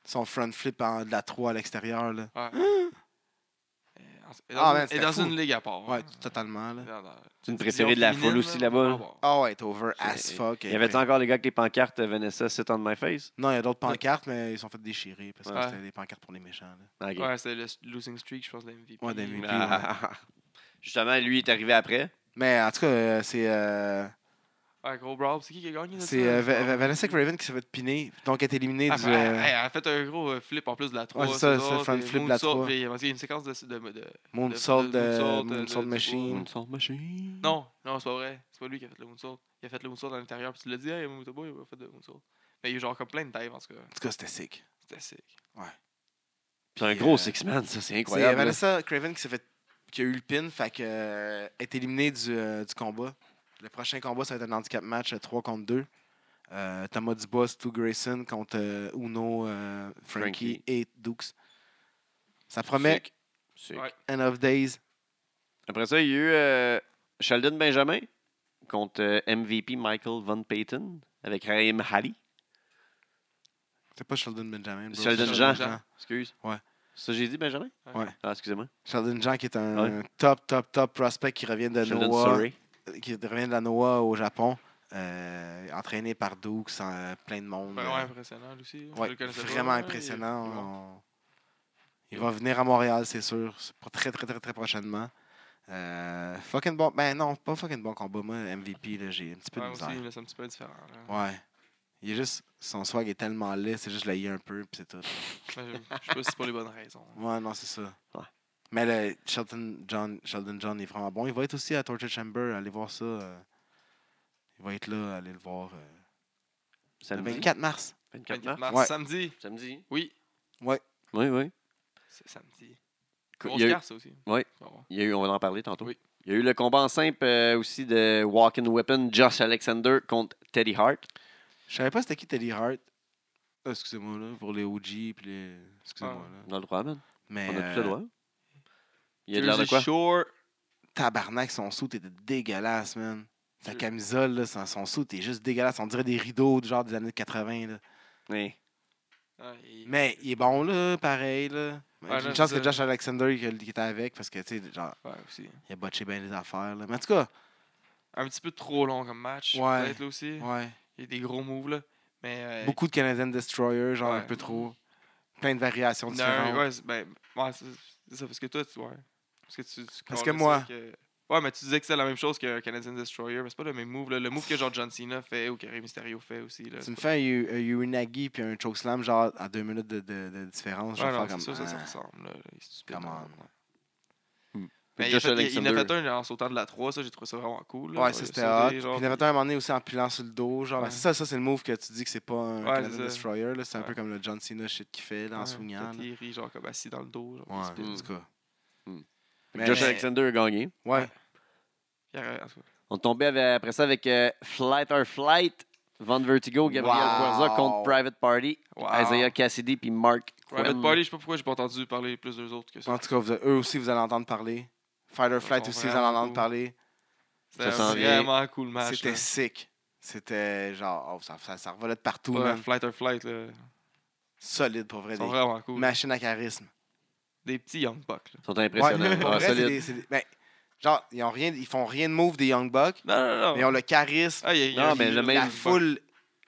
B: Son front flip en, de la 3 à l'extérieur. là.
C: ouais. Elle est dans- elle est dans,
B: Ah,
C: une-
B: man,
C: elle est
B: c'était
C: dans
B: fou.
C: une ligue à part.
B: Ouais, totalement. là.
C: Dans- dans-
A: C'est une
C: division
A: préférée de la
C: féminine,
A: foule aussi
C: là,
A: là-bas.
C: à part.
B: Ah ouais, t'es over as
A: C'est-
B: fuck.
A: Il y avait encore les gars avec les pancartes euh, Vanessa sit on my face.
B: Non, il y a d'autres pancartes, mais ils sont fait déchirer parce que
C: Ouais.
B: c'était des pancartes pour les méchants. là.
A: Ah, ok.
C: Ouais, c'était le s- losing streak, je pense, de MVP.
B: Ouais, de MVP.
A: Ah. Justement, lui est arrivé après.
B: Mais en tout cas, euh, c'est. euh,
C: Ouais, gros brawl. C'est qui qui a gagné? là,
B: C'est
C: ça?
B: euh, Va- Va- Vanessa Craven qui s'est fait piner, donc est éliminée
C: Ah,
B: du.
C: fait- elle,
B: euh,
C: elle a fait un gros euh, flip en plus de la 3.
B: c'est ça, c'est le front flip de la trois.
C: Puis, parce qu'il y a une séquence de. de, de-
B: Moonsault
C: de- de-
B: de
C: moonsault, de-
B: Moonsault
C: de-
B: Machine.
A: machine.
C: Non, non, c'est pas vrai. C'est pas lui qui a fait le moonsault. Il a fait le moonsault à l'intérieur. Puis tu l'as dit, hey, Mutobo, il a pas fait de moonsault. Mais il y a eu genre comme plein de dives en tout cas.
B: En tout cas, c'était sick.
C: C'était sick.
A: C'est un
B: Puis,
A: gros
B: euh,
A: six-man, ça, c'est
B: C'est euh,
A: incroyable. là.
B: Vanessa Craven qui s'est fait qui a eu le pin, fait que euh, est éliminée du, euh, du combat. Le prochain combat, ça va être un handicap match euh, 3 contre 2. Euh, Thomas Dubois, Stu Grayson contre euh, Uno, euh, Frankie,
A: Frankie.
B: et Dukes. Ça promet
A: Sick. Sick.
C: Ouais.
B: End of Days.
A: Après ça, il y a eu euh, Sheldon Benjamin contre euh, MVP Michael Van Payton avec Raheem Hali.
B: C'est pas Sheldon Benjamin. bro.
A: Sheldon
B: C'est
A: Jean.
B: Jean.
A: Excuse.
B: Ouais.
A: Ça, j'ai dit Benjamin?
B: Ouais.
A: Ah, excusez-moi.
B: Sheldon Jean qui est un top, top, top prospect qui revient de
A: Sheldon
B: Noah.
A: Surrey.
B: qui revient de la Noah au Japon, euh, entraîné par Dukes, euh, plein de monde.
C: Vraiment
B: euh,
C: impressionnant, lui aussi. hein. Je
B: ouais,
C: le connaissais pas,
B: vraiment
C: là, il-
B: impressionnant.
C: il est bon.
B: on- Il va venir à Montréal, c'est sûr, c'est pour très, très, très, très prochainement. Euh, fucking bon. Ben non, pas fucking bon combat. Moi, MVP, là, j'ai un petit peu
C: Ouais,
B: de
C: aussi,
B: misère.
C: il me laisse un petit peu différent. là.
B: Ouais. Il est juste. Son swag est tellement laid, c'est juste je l'ai un peu, puis c'est tout.
C: Ben, Je je sais pas si c'est pour les bonnes raisons. hein.
B: Ouais, non, c'est ça.
A: Ouais.
B: Mais le Sheldon John, Sheldon John est vraiment bon. Il va être aussi à Torture Chamber. Allez voir ça. euh. Il va être là. Allez le voir. euh. Le
A: Samedi.
B: 24 mars.
A: 24 mars.
C: 24 mars,
B: Ouais.
C: samedi.
A: Samedi.
C: Oui,
A: Oui, oui.
C: c'est samedi.
A: Cou-
C: On
A: Il y, a eu,
C: ça aussi.
A: Ouais.
C: Bon, bon.
A: il y a eu- on va en parler tantôt.
C: Oui.
A: Il y a eu le combat en simple euh, aussi de Walking Weapon, Josh Alexander contre Teddy Hart.
B: Je savais pas c'était qui Teddy Hart. Ah, Excusez-moi, là, pour les OG, puis les... Excusez-moi, là.
A: On a le droit, man.
B: Mais
A: On a
B: euh,
A: tout le droit. Il y a de l'air de
C: Jersey
A: quoi?
C: Shore.
B: euh, tabarnak, son soute était dégueulasse, man. Sa
C: Je-
B: camisole, là, son, son soute est juste dégueulasse. On dirait des rideaux du genre des années 80, là.
A: Oui.
C: Ah, il-
B: Mais il est bon, là, pareil, là. Mais
C: Ouais,
B: J'ai
C: là,
B: une chance
C: c'est
B: que Josh Alexander qui qui était avec, parce que, tu sais, genre,
C: Ouais, aussi.
B: il a botché bien les affaires, là. Mais en tout cas,
C: Un petit peu trop long comme match.
B: Ouais.
C: Peut-être là aussi.
B: ouais.
C: Il y a des gros moves là. Mais euh,
B: Beaucoup de Canadian Destroyer, genre un
C: Ouais.
B: peu trop. Plein de variations
C: il y en a un-
B: différentes.
C: ouais, c'est- ben, ouais, c'est c'est ça parce que toi, tu, ouais. Parce que tu, tu
B: Parce
C: calais
B: que
C: ça
B: moi-
C: que- Ouais, mais tu disais que c'est la même chose que Canadian Destroyer, mais c'est pas le même move. Là. Le move que genre John Cena fait ou que Rey Mysterio fait aussi. Là.
B: Tu me fais un, Yu- un Urinagi puis un Chokeslam, genre à deux minutes de, de- de différence.
C: Ouais,
B: genre,
C: non,
B: faire
C: c'est sûr,
B: comme,
C: ça, ça
B: ah.
C: ressemble. Là. Il est stupide,
B: Come
C: là,
B: on.
C: ouais.
A: Hmm.
C: Mais Ben, il, a
A: Josh
C: fait, il- il en a
A: Alexander.
C: fait un en sautant de la 3, ça j'ai trouvé ça vraiment cool. là.
B: Ouais,
C: Il
B: ça
C: a
B: c'était
C: sauté,
B: hot. Puis
C: genre,
B: il y en avait un à un moment donné aussi en pilant sur le dos. Genre,
C: Ouais.
B: ben, c'est ça, ça c'est le move que tu dis que c'est pas un
C: Ouais,
B: Canadian
C: c'est ça.
B: Destroyer. là. C'est un peu
C: Ouais.
B: comme le John Cena shit qu'il fait là, en
C: ouais, Mm.
B: swingant.
C: quand
B: là.
C: Il rit, genre comme assis dans le dos. Genre,
B: Ouais,
C: il se pile.
B: en tout cas.
A: Mm.
B: Mais-
A: Josh Alexander a gagné.
B: Ouais.
C: Il arrête, en tout cas.
A: On tombait avec- après ça avec euh, Flight or Flight, Van Vertigo, Gabriel
B: Wow.
A: Forza contre Private Party,
C: Wow.
A: Isaiah Cassidy puis Mark
C: Private
A: Quinn.
C: Party, je sais pas pourquoi j'ai pas entendu parler plus d'eux autres que ça.
B: En tout cas, vous- eux aussi, vous allez entendre parler. Fighter Flight
C: sont
B: aussi, vous allez
C: vraiment
B: entendre
C: cool.
B: parler.
C: C'était
A: ça
C: un
A: s'en vient.
C: vraiment cool match.
B: C'était
C: là.
B: sick. C'était genre, oh, ça, ça, ça revolait de partout,
C: Ouais,
B: man.
C: Flight or Flight, là.
B: Solide pour
C: Ils
B: vrai.
C: sont
B: Des
C: vraiment cool.
B: machines à charisme.
C: Des petits Young Bucks, là.
A: Ils sont impressionnants.
B: Ouais, pour
A: Ah,
B: vrai, c'est
A: solide.
B: des- c'est des- ben, genre, ils, ont rien, ils font rien de move des Young Bucks,
C: Non, non,
B: mais ils
C: non.
B: ont le charisme.
C: Ah, il y a- il y
A: Non,
C: a un-
A: mais le même-
B: la foule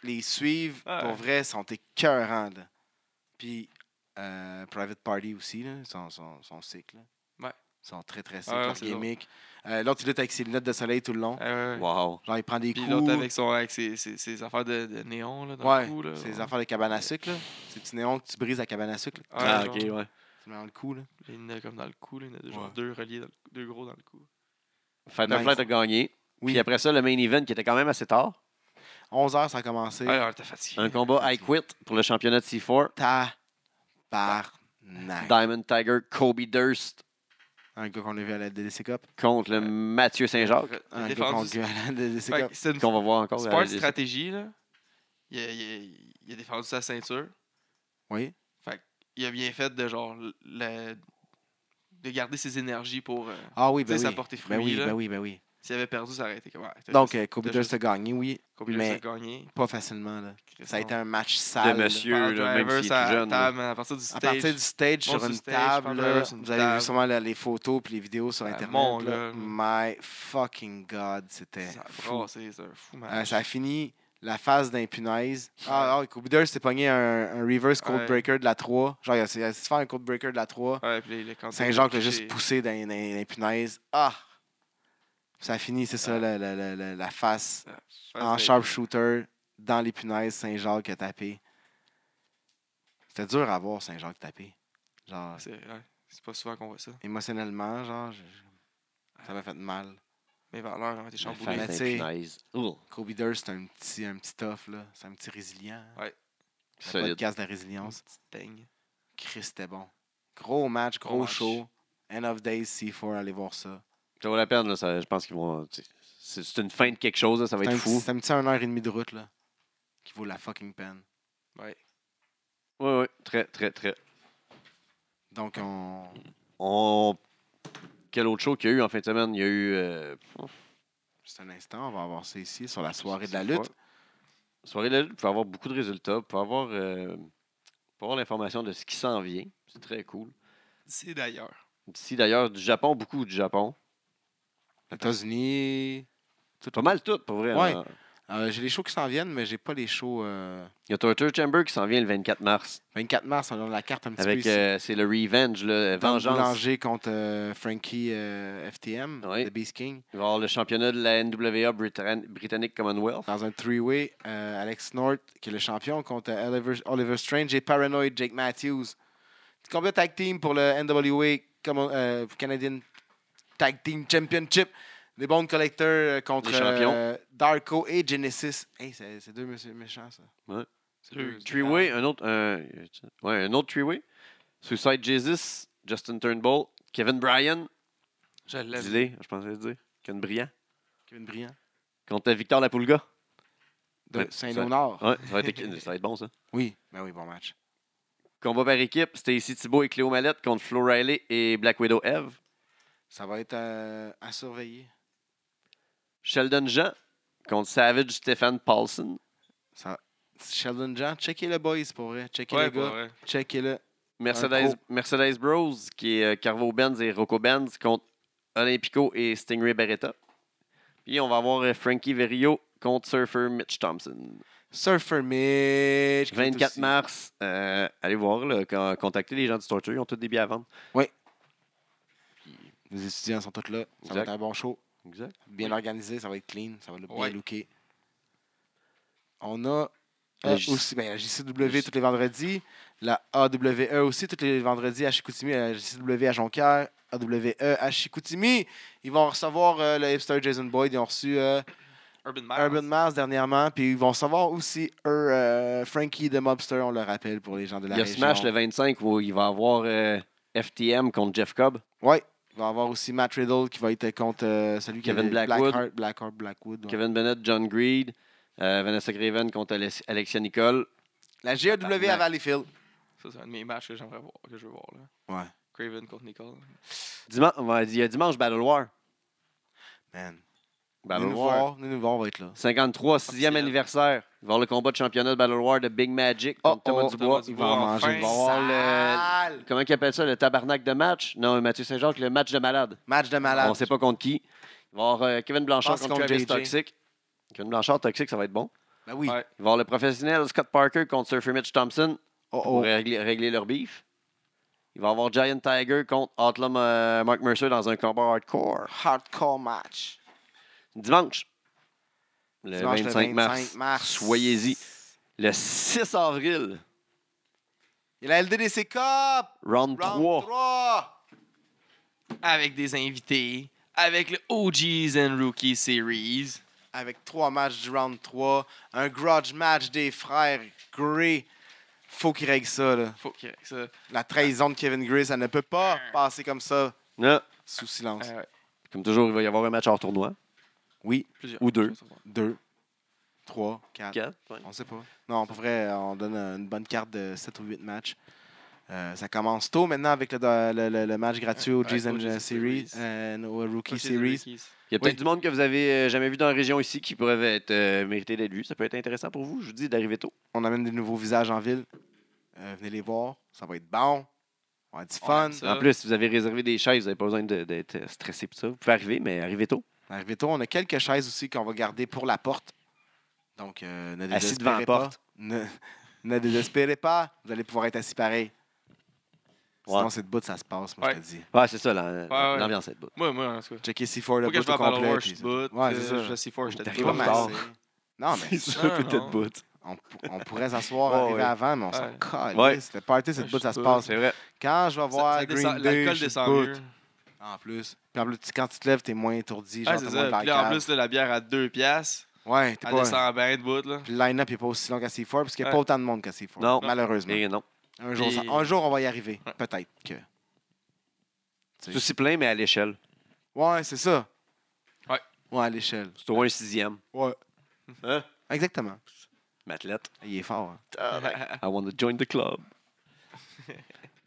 B: les suivent.
C: Ah ouais.
B: Pour vrai, ils sont écœurants. Là. Puis euh, Private Party aussi, là, ils sont, sont, sont sick. Là.
C: Ouais.
B: Ils sont très, très sick,
C: Ah ouais,
B: leur
C: c'est drôle.
B: gimmick. Euh, L'autre, il lutte avec ses lunettes de soleil tout le long.
C: Ouais, ouais, ouais.
A: Wow.
B: Genre, il prend des
C: Puis
B: coups.
C: l'autre avec, son, avec ses, ses, ses affaires de, de néon, là, dans
B: Ouais,
C: le cou, là.
B: ses affaires de cabane à sucre. Là. Ces petits néons que tu brises à cabane à sucre. là.
C: Ouais,
A: ah,
C: genre,
A: ok, ouais.
B: Tu mets dans le cou. Là.
C: Il y en a comme dans le cou, là. Il y en a genre
B: Ouais.
C: deux reliés, dans le cou- deux gros dans le cou.
A: Fight or
B: Nice.
A: Flight a gagné.
B: Oui.
A: Puis après ça, le main event qui était quand même assez tard.
B: 11 heures, ça a commencé.
C: Ah, alors, t'es fatigué.
A: Un combat I Quit pour le championnat de C4.
B: Tabarnak.
A: Diamond Tiger, Kobe Durst
B: Un gars qu'on a vu à la DDC Cup.
A: contre le Mathieu Saint-Jacques.
B: Un
C: T'es
B: gars qu'on a
C: défendu.
B: vu à la DDC
C: Fait
B: Cup.
C: que C'est une
A: Qu'on va voir encore.
C: C'est
A: à
C: pas une
A: LDC.
C: stratégie, là. Il a, il a- il a défendu sa ceinture.
B: Oui.
C: Il a bien fait de genre la- de garder ses énergies pour. euh,
B: Ah oui,
C: Tu sais,
B: ben oui.
C: ça a porté fruit,
B: Ben oui,
C: là.
B: ben oui, ben oui.
C: S'il avait perdu, ça aurait été comme. ouais, t'as
B: Donc,
C: juste-
B: euh, Kobe
C: t'as
B: Durst a gagné, oui.
C: Kobe Durst
B: mais-
C: a gagné.
B: Pas facilement. Là. Ça a été un match
A: De
B: sale. là.
A: monsieur, là, même s'il est tout jeune. là.
C: à partir du
B: À
C: stage.
B: partir du stage,
C: Bon,
B: sur
C: sur
B: une
C: stage,
B: table,
C: Panther
B: là,
C: sur une
B: vous avez vu
C: table.
B: sûrement là, les photos puis les vidéos sur
C: Ah,
B: Internet.
C: mon
B: là.
C: gars.
B: My fucking God, c'était
C: Ça a
B: fou.
C: brassé, c'est un fou
B: Euh,
C: match.
B: ça a fini la phase d'impunaise. Ah, ah, Kobe Durst s'est pogné un, un reverse cold
C: Ouais.
B: breaker de la 3. Genre, il a essayé de se faire un cold breaker de la 3.
C: Ouais, puis le canton
B: Saint-Jacques l'a
C: touché.
B: juste poussé dans dans- dans les punaises. Ah! Ça a fini, c'est
C: Ah.
B: ça, la- la- la- la- la face
C: Ouais,
B: en
C: c'est-
B: sharpshooter dans les punaises, Saint-Jacques a tapé. C'était dur à voir Saint-Jacques taper. Genre,
C: C'est ouais, c'est pas souvent qu'on voit ça.
B: émotionnellement, genre, je- je- ça m'a fait mal.
C: Mes valeurs ont été
A: La
C: chamboulées.
A: fête
B: Mais tu sais-
A: impunaise. Ouh,
B: Kobe Durst, c'est un petit, un petit tough, là. C'est un petit résilient.
C: Ouais.
B: Le
A: Solide.
B: podcast de la résilience.
C: Dang.
B: Chris, c'était bon. Gros match, gros,
C: Gros match.
B: show. End of Days, C4, allez voir ça.
A: Ça vaut la peine, là, ça- je pense qu'ils vont. tu sais, C'est c'est une fin de quelque chose, là, ça va
B: C'est
A: être
B: un
A: fou.
B: petit- C'est un petit 1 heure et demie de route, là, qui vaut la fucking peine.
A: Oui, oui, très, très, très.
B: Donc, on...
A: On... Quel autre show qu'il y a eu en fin de semaine? Il y a eu euh,
B: Juste un instant, on va avoir ça ici, sur la soirée de la lutte.
A: Soirée de la lutte, vous pouvez avoir beaucoup de résultats, vous pouvez avoir, euh, vous pouvez avoir l'information de ce qui s'en vient. C'est très cool.
C: C'est d'ailleurs.
A: D'ici d'ailleurs, du Japon, beaucoup du Japon.
B: Les États-Unis...
A: Pas mal tout, pour vrai.
B: Ouais.
A: hein.
B: Euh, j'ai les shows qui s'en viennent, mais j'ai pas les shows... euh,
A: Il y a Torture Chamber qui s'en vient le 24 mars.
B: 24 mars, on a la carte un petit peu
A: Avec,
B: ici.
A: euh, c'est le Revenge, là,
B: Tom
A: Vengeance.
B: Boulanger contre euh, Frankie euh, FTM,
A: Oui.
B: The Beast King.
A: Il va y avoir le championnat de la NWA Britann- Britannic Commonwealth.
B: Dans un three-way, euh, Alex North, qui est le champion, contre euh, Oliver, Oliver Strange et Paranoid Jake Matthews. Combat tag team pour le NWA Commo- euh, Canadian Tag Team Championship. Les Bone Collectors euh, contre
A: Les champions.
B: euh, Darko et Genesis. Hey, c'est c'est deux messieurs méchants, ça.
A: Ouais.
B: C'est deux-
A: Three-way, un autre, un- ouais, un autre three-way. Suicide Jesus, Justin Turnbull, Kevin Bryan,
C: Je l'aime.
A: dis-le, je pensais le dire, Kevin Bryan,
B: Kevin Briand.
A: contre Victor Lapulga.
B: De
A: Ouais,
B: Saint-Léonard.
A: Ouais, ça va être, ça va être bon, ça.
B: Oui, ben oui, bon match.
A: Combat par équipe, Stacy Thibault et Cléo Mallette contre Flo Riley et Black Widow Eve.
B: Ça va être euh, à surveiller.
A: Sheldon Jean contre Savage Stephen Paulson.
B: Ça... Sheldon John, checkez le boys pour vrai. Checkez
C: Ouais,
B: le
C: pour
B: gars.
C: vrai.
B: Checkez le.
A: Mercedes,
B: gros-
A: Mercedes Bros, qui est euh, Carvo Benz et Rocco Benz contre Olympico et Stingray Beretta. Puis on va avoir euh, Frankie Verrio contre Surfer Mitch Thompson.
B: Surfer Mitch. qui est
A: 24
B: aussi-
A: mars, euh, allez voir, là, con- contactez les gens du Torture, ils ont tous des billets à vendre.
B: Les étudiants sont tous là. Ça
A: Exact.
B: va être un bon show.
A: Exact.
B: Bien organisé, ça va être clean, ça va être bien
C: Ouais.
B: looké. On a euh,
A: La J-
B: aussi ben, la JCW tous les vendredis, la AWE aussi tous les vendredis à Chicoutimi, la JCW à Jonquière, AWE à Chicoutimi. Ils vont recevoir euh, le hipster Jason Boyd, ils ont reçu euh,
C: Urban Miles.
B: Urban Mars dernièrement, puis ils vont recevoir aussi eux, euh, Frankie the Mobster, on le rappelle pour les gens de la
A: Il y a
B: région.
A: Smash le 25 où il va avoir euh, FTM contre Jeff Cobb.
B: Ouais. Il va y avoir aussi Matt Riddle qui va être contre euh, celui qui
A: Kevin
B: avait
A: Blackwood.
B: Blackheart, Blackheart, Blackwood. ouais.
A: Kevin Bennett, John Greed, euh, Vanessa Graven contre Alex- Alexia Nicole.
B: La GAW à
C: Tabarnak.
B: Valleyfield.
C: Ça, c'est un de mes matchs que j'aimerais voir, que je veux voir. Là.
B: Ouais.
C: Craven contre Nicole.
A: Diman- on va- il y a dimanche Battle War.
B: Man.
A: Battle
B: venez nous
A: War.
B: voir, venez nous voir, on va être là.
A: 53, 6e
C: Officiel.
A: anniversaire. Il va y avoir le combat de championnat de Battle War de Big Magic contre Thomas Dubois.
C: Thomas
B: il
C: il
B: va
C: va Dubois,
B: en
C: en
B: manger.
C: manger, enfin.
B: il
C: il
B: va
C: va
A: avoir le-
B: avoir le
A: Comment il appelle ça, le tabarnak de match? Non, Mathieu Saint-Jacques, le match de malade.
B: match de
A: On
B: malade.
A: ne sait pas contre qui. Il va y avoir euh, Kevin Blanchard
B: Pense
A: contre,
B: contre
A: Travis
B: JJ.
A: Toxic. Kevin Blanchard, Toxic, ça va être bon.
B: Ben oui.
A: Il
C: Ouais.
A: va y avoir le professionnel Scott Parker contre Surfer Mitch Thompson
B: Oh,
A: pour
B: oh.
A: régler, régler leur beef. Il va y avoir Giant Tiger contre Outlaw euh, Mark Mercer dans un combat hardcore.
B: Hardcore match.
A: Dimanche. Le,
B: Dimanche,
A: 25, mars. Soyez-y. Le 6 avril,
B: Il y a la LDDC Cup.
A: round,
B: Round
A: 3.
B: 3.
C: Avec des invités. Avec le OGs and Rookie Series.
B: Avec trois matchs du round 3. Un grudge match des frères Gray. Faut qu'il règle ça, là.
C: Faut qu'il y ait ça.
B: La trahison de Kevin Gray, ça ne peut pas passer comme ça,
A: Là,
B: sous silence.
C: Ah ouais,
A: comme toujours, il va y avoir un match hors tournoi.
B: Oui.
C: plusieurs.
A: Ou deux.
B: Deux. Trois. Quatre.
A: Quatre, ouais.
B: On sait pas. Non, pour vrai, euh, on donne euh, une bonne carte de 7 ou 8 matchs. Euh, ça commence tôt maintenant avec le, le- le- le match gratuit au
C: Ouais,
B: G's
C: au
B: and
C: G's
B: euh,
C: and
B: Series,
C: Series.
B: euh, au Rookie
C: Rookies and
B: Series.
C: Rookies.
A: Il y a peut-être
B: Oui.
A: du monde que vous avez euh, jamais vu dans la région ici qui pourrait être euh, mérité d'être vu. Ça peut être intéressant pour vous, je vous dis, d'arriver tôt.
B: On amène des nouveaux visages en ville. Euh, venez les voir. Ça va être bon. On va être du
C: On
B: fun.
C: aime ça.
A: En plus, si vous avez réservé des chaises, vous n'avez pas besoin de- d'être euh, stressé pour ça. Vous pouvez arriver, mais arrivez tôt.
B: Arrivez tôt. On a quelques chaises aussi qu'on va garder pour la porte. Donc, euh, ne
A: Assis
B: désespérez
A: devant la
B: pas.
A: porte.
B: Ne, ne désespérez pas. Vous allez pouvoir être assis pareil.
A: Ouais.
B: Sinon, c'est debout, ça se passe, moi, je
C: Ouais.
B: te dis.
A: Ouais, Ah, c'est ça, la-
C: ouais.
A: l'ambiance est de bout.
C: Moi, moi, en tout cas.
B: Checkez C4
C: Faut
B: le
C: que je
B: bout
C: vais
B: au
C: à Battle
B: complet.
C: War, je
B: puis
C: suis
B: c'est-
C: bout.
B: Ouais,
C: euh,
B: c'est ça.
C: Je suis fort, j'étais
A: T'arrives
B: Pas
A: en
B: mal,
A: retard.
B: c'est- Non, mais
C: ça,
A: Ah,
C: non, peut-être non.
A: bout.
B: on, pou- on pourrait s'asseoir,
A: Ouais,
B: arriver
A: ouais.
B: avant, mais on s'en
C: Ouais.
B: colle.
A: Ouais.
B: C'était party, cette
C: Je
B: bout, ça se
C: sais
B: passe.
A: Ah, C'est vrai.
B: Quand je vais voir
C: Ça- ça
B: Green
C: descend-
B: Day, je
C: L'alcool
B: suis
C: descend
B: bout.
C: mieux.
B: En plus. Puis en plus, tu- quand tu te lèves, t'es moins étourdi.
C: Ah,
B: Genre,
C: c'est
B: t'as moins
C: ça.
B: de
C: Puis là, en
B: barricade.
C: plus, là, la bière à 2 piastres,
B: Ouais, t'es
C: elle
B: pas...
C: descend bien de bout, là.
B: Puis le line-up n'est pas aussi long qu'à C4 parce qu'il n'y a
C: Ouais.
B: pas autant de monde qu'à C4.
A: Non.
B: Malheureusement.
A: Et non.
B: Un, jour,
C: Puis-
B: ça- un jour, on va y arriver.
C: Ouais.
B: Peut-être que.
A: C'est aussi plein, mais à l'échelle.
B: Ouais, c'est ça.
C: Ouais.
B: Ouais, à l'échelle.
A: C'est au moins un sixième.
B: Ouais.
A: Hein?
B: Exactement.
A: M'athlète.
B: Il est fort. hein.
A: I want to join the club.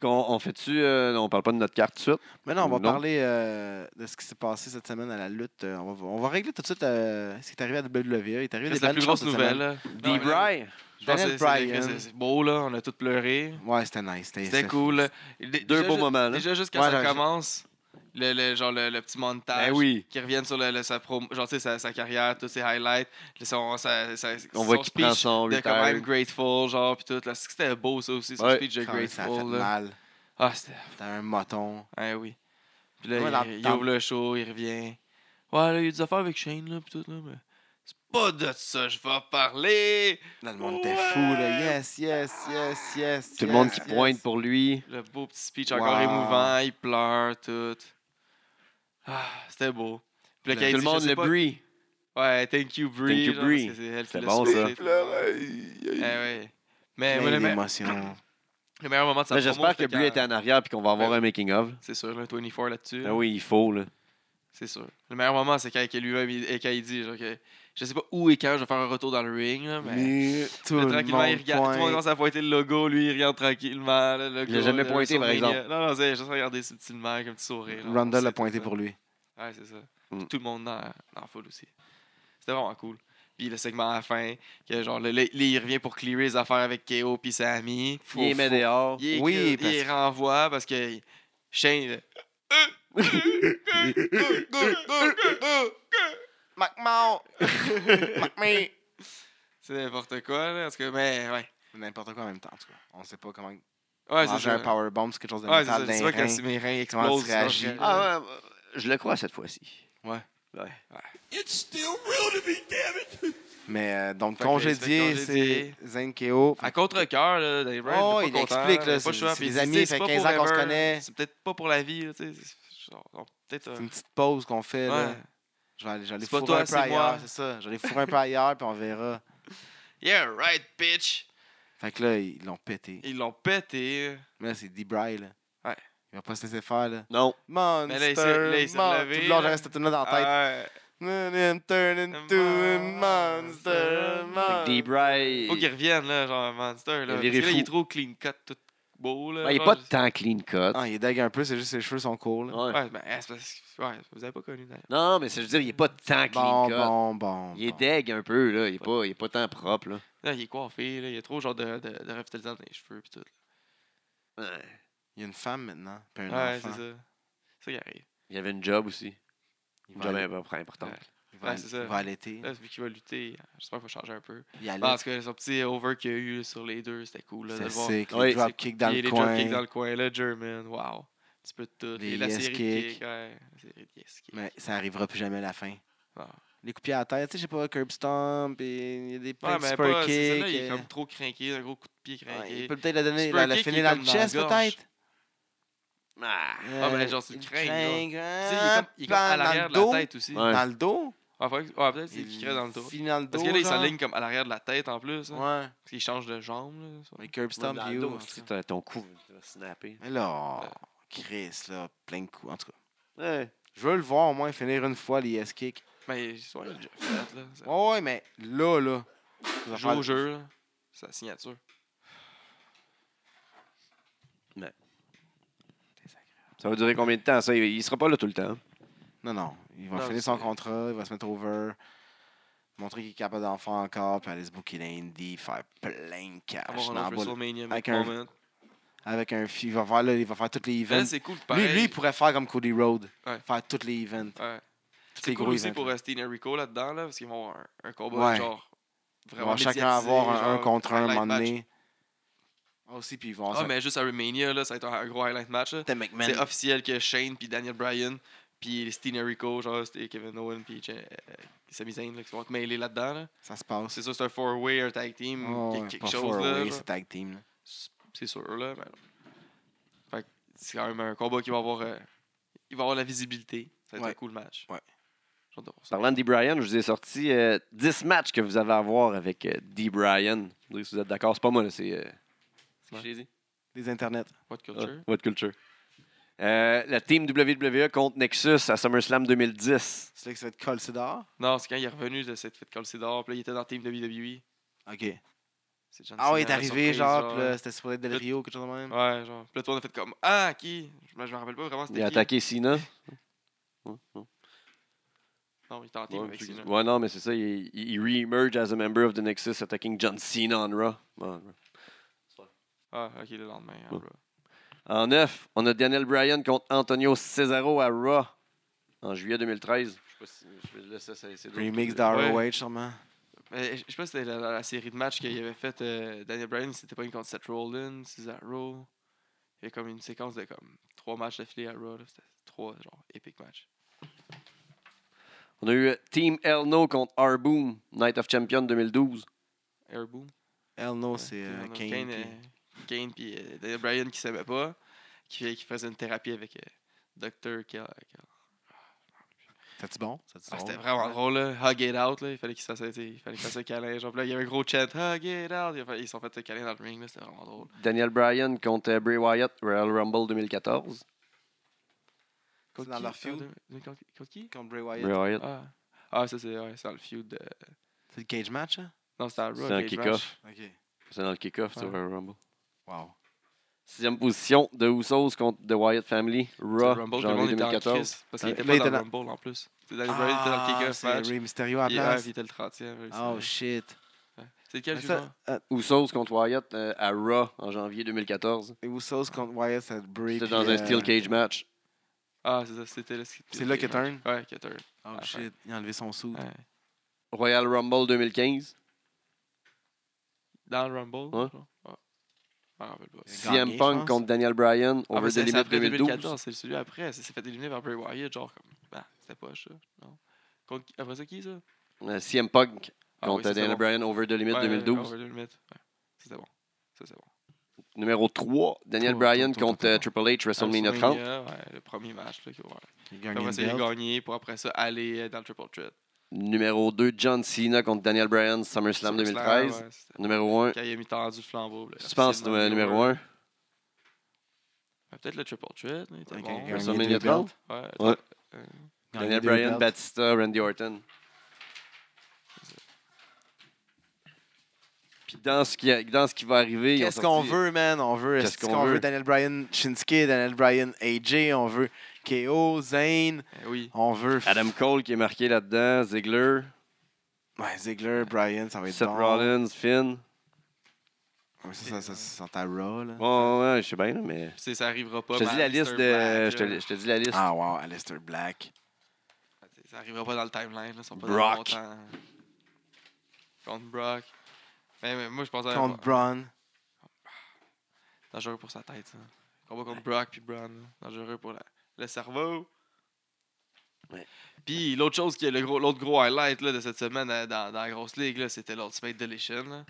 A: Qu'on- on fait-tu. euh, on parle pas de notre carte tout de suite.
B: Mais non, on va
A: Non.
B: parler euh, de ce qui s'est passé cette semaine à la lutte. Euh, on, va, on va régler tout de suite euh, ce qui est arrivé à WWE. Il est arrivé des
C: C'est la
B: bonnes
C: plus grosse
B: choses cette semaine.
C: nouvelle. là. Non, mais-
A: D-Bry.
C: Je pense que c'est-
B: Daniel
C: c'est-
B: Bryan.
C: c'est c'est beau, là. On a tous pleuré.
B: Ouais, c'était nice.
C: C'était cool.
A: Deux beaux moments, là.
C: Déjà, juste quand
B: Ouais,
C: ça
B: j'aurais-
C: commence, le, le- genre le, le petit montage.
A: Ben oui.
C: Qui reviennent sur le, le- sa, prom- genre, tu sais, sa, sa carrière, tous ses highlights, le- son, sa, sa-
A: On voit
C: son
A: qu'il prend
C: speech
A: son
C: de comme I'm
A: retire.
C: grateful, genre, pis tout. là. C'était beau, ça aussi, son
A: Ouais.
C: speech de
B: Grateful, Ah, ça a fait
C: grateful. là.
B: mal.
C: Ah, c'était.
B: T'as un moton.
C: Ah oui. Puis là,
B: Ouais,
C: il-
B: dans-
C: il,
B: dans-
C: ouvre le show, il revient. Ouais, là, il y a des affaires avec Shane, là, pis tout, là, mais. C'est pas de ça, je vais parler!
B: Là, le monde était fou. Là. Yes, yes, yes, yes.
A: Tout le
B: Ah, yes,
A: monde qui
B: yes.
A: pointe pour lui.
C: Le beau petit speech encore
B: Wow.
C: émouvant, il pleure, tout. Ah, c'était beau. Puis là, quand il
A: Tout le
C: dit, je
A: monde
C: sais
A: le
C: pas-
A: brie.
C: Ouais, thank you, Brie.
A: Thank you,
C: genre,
A: Brie.
C: parce que C'est elle qui
A: C'est
C: l'a
A: bon,
C: soufflé,
A: ça.
C: tout le monde. Eh ouais. Eh, Mais moi,
B: Plein
C: le, me-
B: d'émotions.
C: le meilleur moment de sa
A: Ben,
C: promo,
A: J'espère que
C: c'était
A: Brie
C: quand-
A: était en arrière puis qu'on va avoir un making-of.
C: C'est sûr, là, 24 là-dessus.
A: Ah oui, il faut, là.
C: C'est sûr. Le meilleur moment, c'est quand, que lui-même, il- et quand il dit genre, que je sais pas où et quand je vais faire un retour dans le ring. Là, mais...
B: Mais tout
C: Là,
B: le
C: tranquillement, il regarde.
B: monde
C: Tout le monde
B: pointe.
C: commence à pointer le logo. Lui, il regarde tranquillement. là, le
A: Il
C: logo
A: l'a jamais
C: de
A: pointé, par
C: WrestleMania.
A: exemple.
C: Non, non, c'est juste regarder subtilement, avec un petit sourire. là, on
B: Ronda
C: sait
B: l'a
C: tout
B: pointé
C: ça.
B: pour lui.
C: Ouais, c'est ça.
A: Mm.
C: Puis Tout le monde dans, dans la foule aussi. C'était vraiment cool. Puis le segment à la fin, que genre, le, le- le- il revient pour clearer les affaires avec KO puis sa amie.
A: il est mis dehors.
C: Il, est
B: Oui,
C: kill-
B: parce
C: il
B: que-
C: renvoie parce que Shane. là,
B: McMahon! McMahon!
C: C'est n'importe quoi, là. Parce que, mais ouais.
B: N'importe quoi en même temps, en tout cas. On sait pas comment.
C: Ouais, c'est
B: Manger
C: ça.
B: un powerbomb, c'est quelque chose de
C: Ouais, c'est ça.
B: métal
C: Tu
B: dans
C: vois,
B: les
C: quand
B: reins.
C: si mes reins
B: Comment tu
C: explosent, sinon,
B: réagis?
C: je-
A: Ah ouais, je le crois cette fois-ci.
B: Ouais.
A: Ouais.
D: It's still real to me, damn it!
B: Mais euh, donc,
C: Fait que il
B: congédié,
C: se fait congédier.
B: c'est Zane Keo.
C: À contre-cœur, là, Daniel Bryan,
B: Oh,
C: pas
B: il
C: content,
B: explique, là,
C: pas le
B: c'est-
C: choix,
B: c'est
C: puis il
B: des
C: dit, c'est
B: amis, ça fait
C: pas
B: 15
C: pour
B: ans qu'on se
C: ever,
B: connaît.
C: C'est peut-être pas pour la vie, là, tu sais. c'est- genre, on- Peut-être. euh,
B: C'est une petite pause qu'on fait. là.
C: ouais.
B: Je vais aller, je vais aller
C: C'est pas
B: fourrer
C: toi,
B: un peu
C: c'est moi.
B: ailleurs, c'est ça. Je vais aller fourrer un peu ailleurs, puis on verra.
C: Yeah, right, bitch!
B: Fait que là, ils l'ont pété.
C: Ils l'ont pété.
B: Mais là, c'est D-Bry, là.
C: Ouais.
B: Il va pas se laisser faire, là.
A: Non.
B: Monster,
C: Mais là, il s'est- là, il s'est
B: mon-
C: relevé,
B: Tout le long,
C: là.
B: j'aurais cette tune-là dans la tête.
C: Ah, ouais.
B: I'm turning into a monster,
C: Monster.
A: Fait que
B: monster.
A: D-Bry.
C: Faut qu'il revienne, là, genre, un monster, là.
A: Il
C: Parce
A: virait
C: que là,
A: fou.
C: il est trop clean cut, tout beau, là.
A: Ouais, il n'est
C: genre,
A: pas
C: je-
A: tant clean cut.
B: Ah, il est dingue un peu, c'est juste ses cheveux sont courts, là.
A: Ouais.
C: Ouais, ben, c'est parce que. Ouais, vous avez pas connu, d'ailleurs.
A: Non, mais c'est- je veux dire, il n'est pas tant clean
B: Bon,
A: cut.
B: bon, bon.
A: Il est
B: bon.
A: deg un peu, là. Il n'est pas, il est pas tant propre, là.
C: Là, il est coiffé, là. Il y a trop, genre, de, de, de revitalisant dans les cheveux, pis tout.
A: Ouais.
B: Il y a une femme maintenant, puis un
C: Ouais, c'est
B: enfant.
C: ça. C'est ça qui arrive.
A: Il avait une job aussi.
B: Il
A: Une
B: va,
A: job
B: aller-
A: important. importante.
B: il va
C: Ouais,
B: aller-
C: c'est ça.
B: il va allaiter.
C: Là, vu qu'il va lutter, j'espère qu'il va changer un peu.
B: Il allait.
C: Parce que son petit over qu'il y a eu sur les deux, c'était cool, là, de
B: C'est
C: le voir.
B: sick.
A: Ouais,
B: Les
A: c'est-
B: dropkicks dans
C: Il y a
B: le
C: les
B: coin.
C: dropkicks dans le coin, là, German, wow. Un petit peu de tout.
B: Les
C: Et la
B: yes
C: série de
B: kicks.
C: kicks, ouais. La série de yes kicks.
B: Mais ça arrivera plus jamais à la fin.
C: Ah.
B: Les coups de pied à la tête, tu sais, je sais pas, curb stomp, et il y a des plein
C: Ouais,
B: de
C: mais
B: super
C: pas, c'est
B: kicks.
C: celle-là, il est
B: euh,
C: comme trop craqué, un gros coup de pied
B: ouais,
C: craqué.
B: il peut peut-être la donner,
C: Super
B: la, la
C: kick, il
B: finir
C: est
B: dans
C: comme
B: le
C: dans la
B: chest,
C: gorge.
B: peut-être. Euh,
A: Ah.
C: Ah, ben, genre, c'est le
B: Il
C: crâne, là.
B: craigne,
C: Tu sais, il est comme, il est comme à
B: dans le
C: l'arrière de
B: dos.
C: la tête aussi.
A: Ouais.
C: Ouais,
B: Dans le dos?
C: faudrait que- ouais, peut-être c'est qu'il crée dans le dos.
B: Finit dans le dos.
C: Parce que là, il
B: genre.
C: s'aligne comme à l'arrière de la tête en plus. hein.
B: Ouais.
C: Parce qu'il change de jambe. Là, ça.
B: Mais curb stomp,
A: Dans le
B: il est
A: dos,
B: où? en
A: parce
B: tout
A: que
B: cas?
A: t'as- ton cou va snapper.
B: Mais là,
C: Euh.
B: oh, Chris, là, plein de coups. En tout cas,
A: Ouais.
B: je veux le voir au moins finir une fois les yes kicks.
C: Mais soit il a déjà fait. Là, ça.
B: Ouais, ouais, mais là, là. ça
C: joue
B: va
C: au jeu. là. Sa signature.
A: Ça va durer combien de temps, ça? Il il sera pas là tout le temps.
B: Non, non. Il va
C: Non,
B: finir son
C: c'est-
B: contrat, il va se mettre over, montrer qu'il est capable d'en faire encore, puis aller se booker l'Indy, faire plein de cash.
C: Avoir
B: Ah, dans
C: un
B: la
C: autre
B: boule.
C: WrestleMania
B: Avec
C: main
B: un-
C: moment.
B: Avec un fi- il va faire, là, il va faire tous les
C: Là,
B: events.
C: c'est cool.
B: lui,
C: Pareil.
B: lui, il pourrait faire comme Cody Road,
C: Ouais.
B: faire tous les events.
C: Ouais.
B: Tous
C: C'est
B: les
C: cool
B: gros
C: aussi
B: events.
C: pour
B: là.
C: rester Rico là-dedans, là, parce qu'ils vont avoir un, un combat
B: Ouais.
C: genre
B: Ils
C: vraiment.
B: vont chacun
C: médiatisé,
B: avoir un, un
C: genre,
B: contre un, un
C: highlight
B: moment
C: match.
B: donné. Ah, aussi, puis ils vont
C: Ah, mais juste à Romania, là, ça va être un, un gros highlight match. là.
B: C'était McMahon.
C: C'est officiel que Shane puis Daniel Bryan puis Steen Rico, genre c'était Kevin Owen puis Ch- euh, Sami Zayn, là, qui vont être mêlés là-dedans. Là.
B: Ça se passe.
C: C'est sûr, c'est un four-way, un tag team,
B: Oh,
C: quelque-
B: ouais,
C: Hmm, quelque
B: pas
C: chose.
B: far
C: Là,
B: away,
C: genre.
B: c'est tag team. là.
C: c'est sûr, là. mais- Fait que c'est quand même un combat qui va avoir, euh, il va avoir la visibilité. Ça va être
B: Ouais.
C: un cool match.
B: Ouais.
C: J'ai hâte de voir ça.
A: Parlant de D. Bryan, je vous ai sorti euh, 10 matchs que vous avez à voir avec euh, D. Bryan. Je voudrais que si vous êtes d'accord. C'est pas moi, là, c'est. euh, c'est qui
C: Ouais.
A: je l'ai dit?
B: Les internets.
C: What culture?
A: Ah, Votre culture. Euh, la team WWE contre Nexus à SummerSlam 2010.
B: C'est là que ça va être colsé d'or.
C: Non, c'est quand il est revenu de cette fête Call Cedar, puis là, il était dans le team WWE.
B: OK.
C: E. C'est John
B: Ah oui, il
C: Cena,
B: est
C: la
B: arrivé,
C: surprise,
B: genre, pis
C: ouais.
B: là, c'était supposé être Del Rio, quelque chose de même.
C: Ouais, genre. Puis là, toi, on a fait comme Ah, qui Je me je me rappelle pas vraiment c'était
A: Il
C: qui.
A: a attaqué Cena. Non, non.
C: Non, il était en team
A: Ouais,
C: avec
A: je-
C: Cena.
A: ouais, non, mais c'est ça. Il, il- il re-emerge as a member of the Nexus, attacking John Cena on Raw. Bon, on Raw.
C: Ah, ok, le lendemain. hein,
A: Ouais.
C: bro.
A: En 9, on a Daniel Bryan contre Antonio Cesaro à Raw en juillet 2013. Je sais pas si. je- là, ça, c'est- c'est d'autres-
B: Remix
C: Ouais.
B: d'ROH, sûrement.
C: Mais je je sais pas si c'était la, la- la série de matchs qu'il avait faite. euh, Daniel Bryan, il s'était pas une contre Seth Rollins, Cesaro. Il y a comme une séquence de comme trois matchs d'affilée à Raw. là. C'était trois, genre, épiques matchs.
A: On a eu euh, Team El No contre R-Boom, Night of Champions 2012.
C: Airboom.
B: Hell no, c'est euh,
C: Kane.
B: Kane. pis-
C: euh, Kane, puis euh, Daniel Bryan qui savait pas, qui, qui faisait une thérapie avec euh, Dr. Kell.
B: C'était-tu bon? C'était-tu
C: Ah,
B: drôle?
C: c'était vraiment drôle, là. Hug it out, là. Il fallait qu'il se fasse, tu sais, il fallait qu'il se fasse un câlin. Genre, puis là, il y avait un gros chat. Hug it out. Il a fait- Ils se sont fait un câlin dans le ring, là. C'était vraiment drôle.
A: Daniel Bryan contre euh, Bray Wyatt, Royal Rumble 2014.
B: C'est dans
C: qui,
B: leur
C: ça,
B: feud?
C: Ah, deux- deux- Contre contre qui
B: Contre Bray Wyatt.
A: Bray Wyatt,
C: Ah, Ah, ça, c'est ouais, c'est dans le feud. de-
B: C'est le cage match, hein?
C: Non, c'était à Raw.
A: C'est un
C: Cage
A: kick-off.
C: Match.
B: OK.
A: c'est dans le kick-off, sur
C: Ouais.
A: Royal Rumble.
B: Wow.
A: Sixième position, The Usos contre The Wyatt Family,
C: C'est
A: Raw,
C: le Rumble, tout le
A: janvier
C: monde était en
A: 2014.
C: crise, Parce qu'il
B: Là,
C: était
B: il
C: pas dans
B: était
C: le
B: dans- Ah,
C: Rumble, en plus. C'est Daniel Bryan était dans le kick-off
B: c'est
C: match.
B: Rey Mysterio à
C: Puis, ah,
B: la
C: puis il
B: place.
C: était le 30e. oui,
B: Oh,
C: c'est-
B: shit.
C: C'est lequel,
B: Mais ça,
C: Julien?
B: euh,
A: Usos contre Wyatt euh, à Raw en janvier 2014.
B: Les Usos contre Wyatt, c'est Bray.
A: C'était
B: pis,
A: dans
B: euh,
A: un Steel Cage match.
C: Ah, c'est ça, c'était le
B: C'est là qu'il turn.
C: Ouais, qu'il turn.
B: Oh,
C: Ah,
B: shit. Il a enlevé son sou.
C: Ouais.
A: Royal Rumble 2015.
C: Dans le Rumble.
A: Ouais.
C: genre. Ouais. Je m'en rappelle pas.
B: Gagné,
A: CM
B: je
A: Punk
B: pense.
A: contre Daniel Bryan,
C: Ah, mais
A: Over the
C: c'est- c'est
A: Limit
C: après
A: 2012.
C: 2014, c'est celui après. Ça s'est fait éliminer par Bray Wyatt, genre comme. Bah, c'était pas ça. Non. Contre qui- après ça, qui ça
A: Euh, CM Punk
C: Ah oui,
A: contre
C: ça, c'était
A: Daniel
C: bon.
A: Bryan, Over the Limit
C: Ouais, ouais,
A: 2012.
C: Over the Limit. Ouais. Ça, c'était bon. Ça, c'est bon.
A: Numéro 3, Daniel
B: Trois,
A: Bryan
B: trois, trois,
A: contre
B: trois, euh,
A: euh, Triple H, WrestleMania 30.
C: WrestleMania, euh, ouais, le premier match. Là, qui, ouais.
B: Il a gagné
C: Après
B: une
C: ça, il a
B: belt.
C: gagné pour après ça aller euh, dans le Triple Threat.
A: Numéro 2, John Cena contre Daniel Bryan, SummerSlam 2013.
C: ouais, c'était-
A: Numéro 1,
C: Quand il a mis tendu le flambeau. là,
A: je pense
C: officiellement,
A: euh, numéro
C: numéro
A: 1,
C: un. Ouais, Peut-être le Triple Threat. là, il était
B: Ouais,
C: bon.
B: gagné
A: WrestleMania
B: deux belts.
A: 30.
C: Ouais,
A: Ouais.
B: Gagné
A: Daniel
B: deux
A: Bryan,
B: belts.
A: Batista, Randy Orton. Puis dans ce qui, dans ce qui va arriver, ils ont
B: Qu'est-ce qu'on
A: sorti-
B: veut, man? On veut,
A: Qu'est-ce
B: est-ce
A: qu'on
B: qu'on
A: veut?
B: veut Daniel Bryan Shinsuke, Daniel Bryan AJ, on veut KO, Zayn,
C: eh oui.
B: on veut
A: Adam Cole qui est marqué là-dedans, Ziggler,
B: ouais, Ziggler, Bryan, ça va être
A: Seth
B: bon.
A: Rollins, Finn.
B: Ouais, Ça, ça, ça, ça sent à Raw, là.
A: Ouais, ouais, ouais, je sais bien, là, mais.
C: Puis c'est- ça arrivera pas.
A: Je te dis la
C: Alistair
A: liste de.
C: Black,
A: Je te,
C: euh,
A: je te dis la liste.
B: Ah, wow, Aleister Black.
C: Ça arrivera pas dans le timeline. Là, ils sont pas
A: Brock.
C: Dans le bon temps. Contre Brock. Mais, mais moi, je pensais à.
B: Contre Braun.
C: Dangereux pour sa tête, ça. Combat contre Brock puis Braun. là. Dangereux pour la- le cerveau.
A: Ouais.
C: Puis l'autre chose qui est le gros- l'autre gros highlight là, de cette semaine euh, dans, dans la grosse ligue, là, c'était l'Ultimate Deletion. là.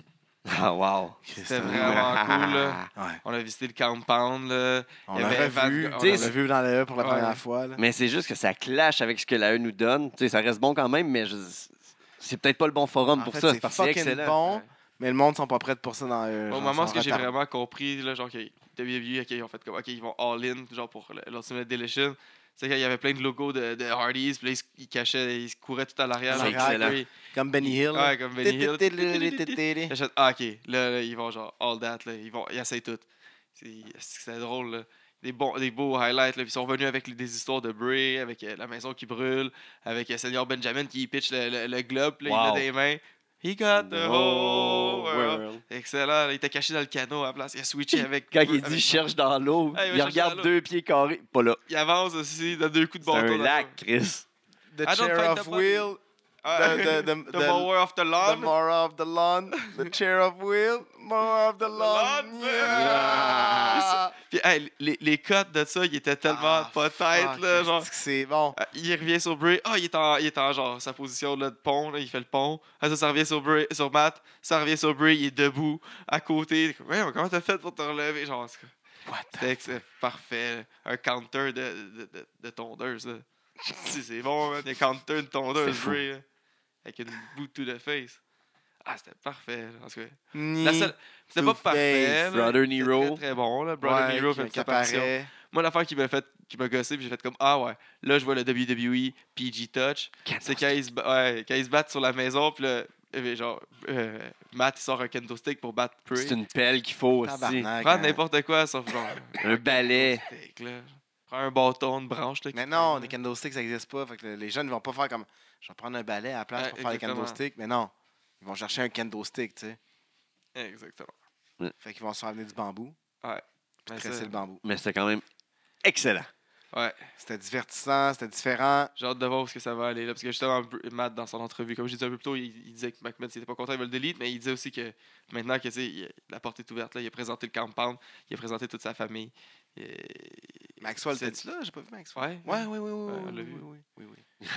A: Ah, wow.
C: C'était vraiment cool. là.
B: Ouais.
C: On a visité le compound. Là.
B: On
C: Il y
B: l'a
C: avait
B: revu.
C: Van-
B: On
C: on
A: t'sais,
B: l'a revu dans le E pour la
C: Ouais.
B: première fois. là.
A: Mais c'est juste que ça clash avec ce que la E nous donne. Tu sais, ça reste bon quand même, mais je- c'est peut-être pas le bon forum
B: En
A: pour
B: fait,
A: ça.
B: c'est
A: parce que C'est
B: fucking
A: excellent.
B: bon,
C: Ouais.
B: mais le monde sont pas prêts pour ça dans le E.
C: Au
B: genre,
C: moment
B: ils sont
C: où j'ai
B: retardés.
C: vraiment compris, là, genre, que WWE, ok, ils ont fait comme, ok, ils vont all-in, genre, pour le- l'Ultimate Deletion. C'est qu'il y avait plein de logos de, de Hardys, puis là, ils se- ils cachaient, ils se couraient tout à l'arrière.
B: C'est
C: genre,
A: excellent.
C: oui.
B: Comme Benny Hill. là.
C: Ouais, comme Benny Hill.
B: Tétététététété.
C: Là, j'ai fait, ah, ok, là, là, ils vont genre all that, là, ils, vont, ils essayent tout. C'est c'est drôle, là. Des, bons, des beaux highlights. Là. Puis Ils sont revenus avec des histoires de Bray, avec euh, la maison qui brûle, avec euh, Senior Benjamin qui pitch le, le- le globe, puis là, il
A: Wow.
C: l'a des mains. He got the
A: Oh,
C: whole world.
A: world.
C: Excellent, là, il était caché dans le canot à la place. Il a switché avec.
A: Quand il
C: avec-
A: dit cherche dans l'eau,
C: Ah,
A: il
C: il va chercher dans
A: regarde
C: l'eau.
A: deux pieds carrés. Pas là.
C: Il avance aussi, il donne deux coups de
A: C'est
C: bâton.
A: un
C: dans-
A: lac, Chris.
B: The
C: I don't
B: chair
C: find
B: of
C: the body.
B: wheel.
C: Ah,
B: The- the- the-
C: the
B: the-
C: mower of the
B: The
C: lawn.
B: more of the lawn, the chair of wheel, more of the lawn.
C: lawn.
B: Yeah.
C: Puis, hey, les, les cotes de ça, il était tellement
B: Ah,
C: pas tête,
B: fuck,
C: là. Genre,
B: est-ce que C'est bon.
C: Ah, Il revient sur Bray. Ah, il est en, il est en genre sa position là, de pont. là, il fait le pont. Ah, ça, ça revient sur, Bray, sur Matt. Ça revient sur Bray. Il est debout, à côté. Ouais, mais comment t'as fait pour te relever? Genre, c'est- c'était ex- parfait. Un counter de, de, de, de tondeuse. là. si, c'est bon, man. Il y a counter de tondeuse,
B: C'est fou.
C: Bray. là, avec une boot to the face. Ah, c'était parfait. là, en tout cas.
B: Ni-
C: La seule- C'était pas
B: to Mm. face,
C: parfait. là,
A: Brother
C: c'était
A: Nero.
C: Très, très bon. Là. Brother
B: Ouais,
C: Nero
B: qui-
C: fait une
B: qui
C: apparition.
B: apparaît.
C: Moi, l'affaire qui m'a fait, qui m'a gossé, puis j'ai fait comme Ah ouais, là, je vois le WWE PG Touch.
B: Ah,
C: C'est quand ils, se ba- ouais, quand ils se battent sur la maison, puis là, euh, genre, euh, Matt, il sort un kendo stick pour battre Prey.
A: C'est une pelle qu'il faut aussi.
B: Tabarnak,
C: Prends
B: hein.
C: n'importe quoi, sauf genre.
A: Un balai.
C: stick, là. Prends un bâton, une branche. Là, qui
B: Mais
C: te
B: non,
C: prend,
B: les
C: là.
B: candlesticks, ça n'existe pas. Fait que le- les jeunes, ils vont pas faire comme je vais prendre un balai à la place
C: Ouais,
B: pour faire les
C: exactement.
B: candlesticks. Mais non, ils vont chercher un candlestick, tu sais.
C: Exactement.
B: Fait qu'ils vont se ramener du bambou,
C: Mais ça,
B: tresser le bambou.
A: Mais c'était quand même excellent.
C: ouais.
B: C'était divertissant, c'était différent.
C: J'ai hâte de voir où est-ce que ça va aller. Là, parce que justement, Br- Matt, dans son entrevue, comme j'ai dit un peu plus tôt, il, il disait que McMahon n'était pas content, il veut le delete, mais il disait aussi que maintenant que tu sais, il- la porte est ouverte, là, il a présenté le compound, il a présenté toute sa famille. Et-
B: Maxwell,
C: C'est-
B: t'es-tu là? J'ai pas vu Maxwell.
C: Ouais.
B: Ouais, ouais, ouais, ouais.
C: Ouais,
B: ouais,
C: on l'a
B: ouais,
C: vu.
B: ouais, ouais,